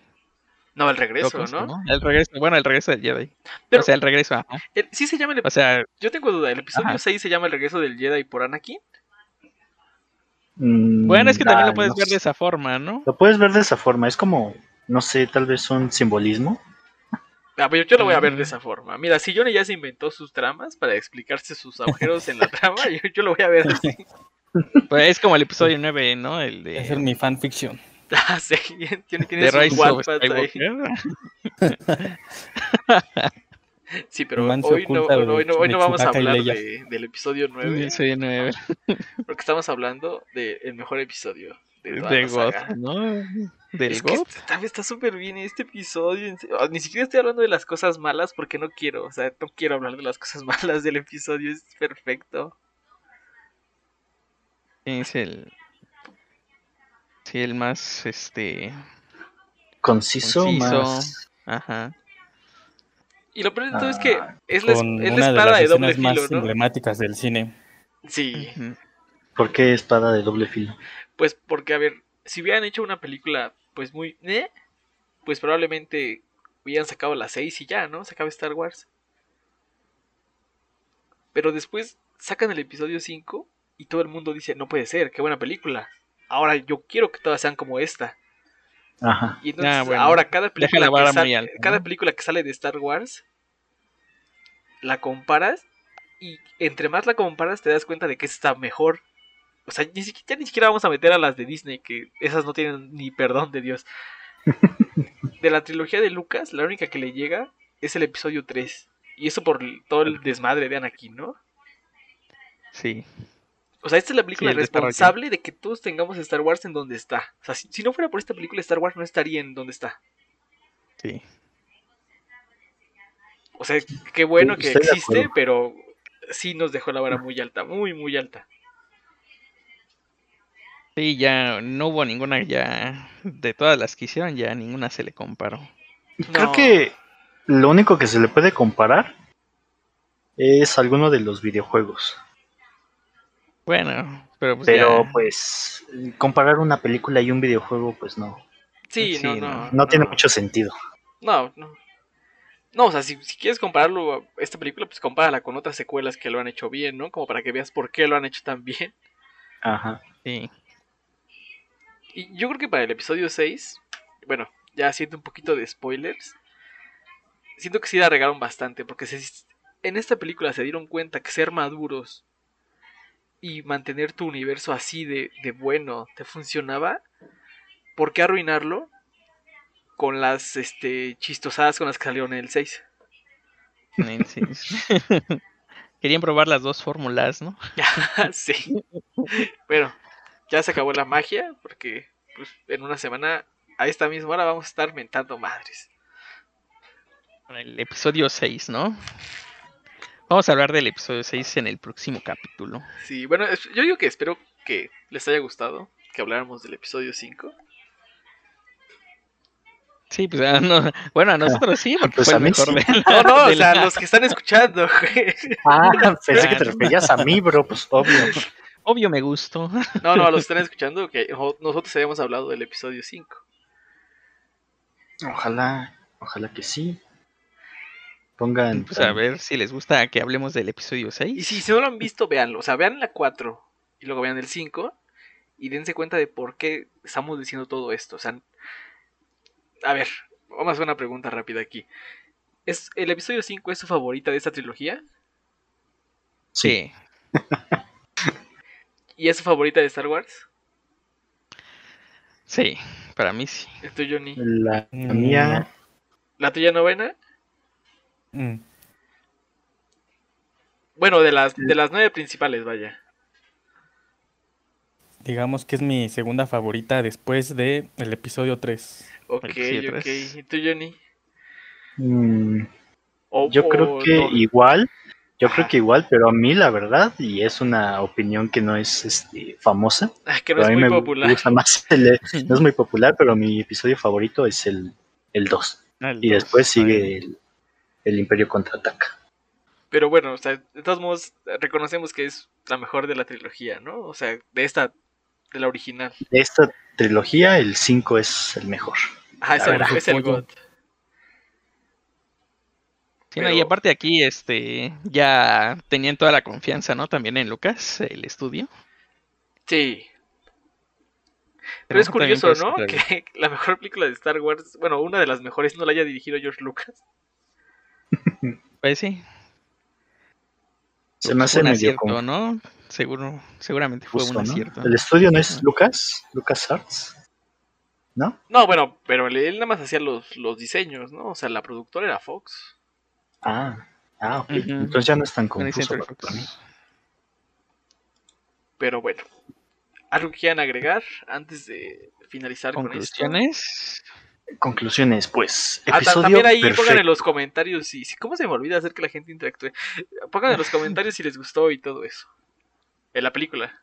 No, el
Creo
regreso,
que se
¿no?
llamó. El regreso, bueno, el regreso del Jedi.
Pero-
O sea, el regreso, ajá.
El- Eh, sí se llama el
O
episodio.
sea,
Yo tengo duda, ¿el episodio
Ajá.
6 se llama el regreso del Jedi por Anakin?
Mm,
bueno, es que también lo puedes ver de
de
esa forma, ¿no?
Lo puedes ver de esa forma. Es como, no sé, tal vez un simbolismo.
Ah, pues yo lo voy a ver
Mm.
de esa forma. Mira, si Johnny ya se inventó sus tramas para explicarse sus agujeros en la trama, yo, yo lo voy a ver así.
Pues es como el episodio 9, ¿no? El de,
Esa es mi fanfiction.
Ah, sí, tiene, tiene
de
sus
Rise of
Wattpad ahí.
Skywalker.
Sí, pero
Man se
hoy no,
oculta
hoy no-
de-
hoy no
de
vamos a
Chewbacca y
hablar
Leia.
de- del episodio
El
9,
episodio 9
porque estamos hablando del mejor episodio de toda
de
la saga.
God, ¿no? Del
Es que
God.
está, está súper bien este episodio. en serio. Ah, Ni siquiera estoy hablando de las cosas malas porque no quiero. O sea, no quiero hablar de las cosas malas del episodio. Es perfecto.
Es el... Sí, el más, este...
Conciso,
Conciso.
más.
Ajá.
Y lo peor de todo es que
Ah,
es la, es
Con
la
una de
espada
las
de, doble
escenas más
filo, ¿no?
emblemáticas del cine.
Sí.
Ujú.
¿Por qué espada de doble filo?
Pues porque, a ver, si hubieran hecho una película, pues muy. ¿eh? Pues probablemente hubieran sacado las 6 y ya, ¿no? Se acaba Star Wars. Pero después sacan el episodio 5 y todo el mundo dice: No puede ser, qué buena película. Ahora yo quiero que todas sean como esta.
Ajá.
Y entonces
Ah, bueno.
ahora cada
la
película,
vara
que
muy
sale,
alta, ¿no?
cada película que sale de Star Wars la comparas y entre más la comparas te das cuenta de que está mejor. O sea, ni siquiera, ya ni siquiera vamos a meter a las de Disney, que esas no tienen ni perdón de Dios. De la trilogía de Lucas, la única que le llega es el episodio 3. Y eso por l- todo el desmadre de Anakin, ¿no?
Sí.
O sea, esta es la película
el desarrollo.
responsable de que todos tengamos Star Wars en donde está. O sea, si- si no fuera por esta película, Star Wars no estaría en donde está.
Sí.
O sea, qué bueno que
Estoy de
existe,
acuerdo.
pero sí nos dejó la vara muy alta, muy, muy alta.
Sí, ya no hubo ninguna, ya de todas las que hicieron, ya ninguna se le comparó.
No.
Creo que lo único que se le puede comparar es alguno de los videojuegos.
Bueno, pero pues.
Pero
ya.
pues comparar una película y un videojuego pues no,
Sí,
Sí,
no,
no,
no.
no tiene mucho sentido.
No, no. No, o sea, si, si quieres compararlo a esta película, pues compárala con otras secuelas que lo han hecho bien, ¿no? Como para que veas por qué lo han hecho tan bien.
Ajá.
Sí.
Y yo creo que para el episodio 6, bueno, ya siento un poquito de spoilers. Siento que sí la regaron bastante, porque se- en esta película se dieron cuenta que ser maduros y mantener tu universo así de, de bueno te funcionaba. ¿Por qué arruinarlo con las este, chistosadas con las que salieron en el 6?
también, sí. Querían probar las dos fórmulas, ¿no?
sí. Bueno, ya se acabó la magia porque pues, en una semana a esta misma hora vamos a estar mentando madres.
Con El episodio 6, ¿no? Vamos a hablar del episodio 6 en el próximo capítulo.
Sí, bueno, es- yo digo que espero que les haya gustado que habláramos del episodio 5.
Sí, pues ah, no- bueno, a nosotros sí, porque
Pues
fue
a
el
mí
mejor
sí.
de
No,
la-
no, o
de
sea,
la-
los que están escuchando. güey.
Ah, pensé que te referías a mí, bro, pues obvio.
Obvio me gustó.
No, no, a los que están escuchando que jo- nosotros habíamos hablado del episodio 5.
Ojalá, ojalá que sí. Pongan
Pues a ver si les gusta que hablemos del episodio
Y
6.
si, si no lo han visto, véanlo. O sea, vean la 4 y luego vean el 5 y dense cuenta de por qué estamos diciendo todo esto. O sea, a ver, vamos a hacer una pregunta rápida aquí. ¿Es, ¿El episodio 5 es su favorita de esta trilogía?
Sí.
¿Y es su favorita de Star Wars?
Sí, para mí sí.
¿El tuyo, ni?
la
Mm,
mía.
¿La tuya novena?
Mm,
Bueno, de las, de las nueve principales, vaya.
digamos que es mi segunda favorita después de el episodio 3.
Ok,
episodio
ok.
tres.
¿Y tú, Johnny?
mm,
O-
Yo creo
o
que
no.
igual, yo
Ajá.
creo que igual, pero a mí la verdad, y es una opinión que no es este, famosa,
Ah, que no
pero a
es
mí
muy
me
popular.
gusta más, el- eh, no es muy popular, pero mi episodio favorito es el, el 2. Y después sigue el, el Imperio Contraataca.
Pero bueno, o sea, de todos modos, reconocemos que es la mejor de la trilogía, ¿no? O sea, de esta, de la original.
De esta trilogía, el 5 es el mejor.
Ah, es
La
el,
verdad.
es el God.
Sí, no, y
pero-
aparte aquí, este, ya tenían toda la confianza, ¿no? También en Lucas, el estudio.
Sí. Pero es
Trabaja también
curioso,
por
¿no?
Star Wars.
Que la mejor película de Star Wars, bueno, una de las mejores no la haya dirigido George Lucas.
Pues sí.
Se me hace
un
medio
acierto,
confuso,
¿no? Seguro, seguramente fue un
¿no?
acierto.
El estudio no es Lucas, Lucas Arts, ¿no?
No, bueno, pero él él nada más hacía los, los diseños, ¿no? O sea, la productora era Fox.
Ah, ah, ok.
Ujú.
Entonces ya no es tan
Con el
confuso
Central
para mí.
Fox.
Pero bueno, ¿algo que quieran agregar antes de finalizar con esto?
Conclusiones.
Conclusiones, pues.
Ah, ta-
Episodio
también ahí pongan en
perfecto.
los comentarios y si cómo se me olvida hacer que la gente interactúe. Pongan en los comentarios si les gustó y todo eso. En la película.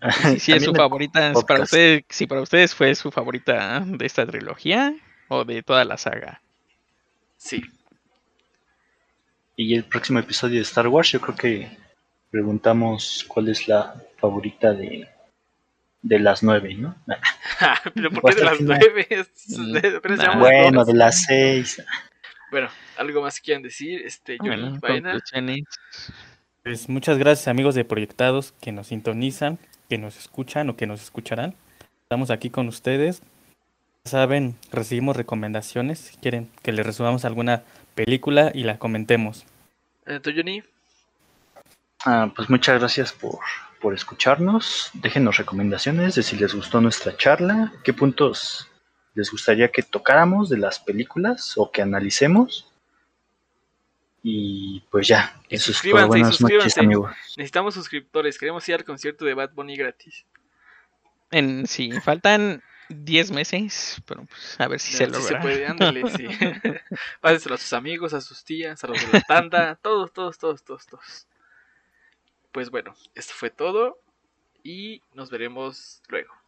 Y si es su
También el-
favorita,
podcast.
para ustedes, si para ustedes fue su favorita de esta trilogía o de toda la saga.
Sí.
Y el próximo episodio de Star Wars, yo creo que preguntamos cuál es la favorita de, de las nueve, ¿no?
Ah, Pero ¿por
Va a
qué de
estar
las
genial.
nueve?
Mm.
Apenas
Nah.
llevamos
Bueno,
dos.
de las seis.
Bueno, algo más que quieran decir, este, Johnny
Ah,
Bueno,
Baena.
conclusiones.
Pues muchas gracias amigos de Proyectados que nos sintonizan, que nos escuchan o que nos escucharán. Estamos aquí con ustedes. Ya saben, recibimos recomendaciones. Si quieren que les resumamos alguna película y la comentemos.
Eh, ¿Tú, Johnny?
Ah, pues muchas gracias por, por escucharnos. Déjenos recomendaciones de si les gustó nuestra charla, qué puntos les gustaría que tocáramos de las películas o que analicemos. Y pues ya,
Y
eso es
suscríbanse,
todo. Buenas noches,
suscríbanse.
amigos.
Necesitamos suscriptores, queremos ir al concierto de Bad Bunny gratis.
En, sí, faltan 10 meses, pero pues, a ver si se
No, sí
logra.
puede, ándale, sí. Pásenselo a sus amigos, a sus tías, a los de la tanda, todos, todos, todos, todos, todos. Pues bueno, esto fue todo y nos veremos luego.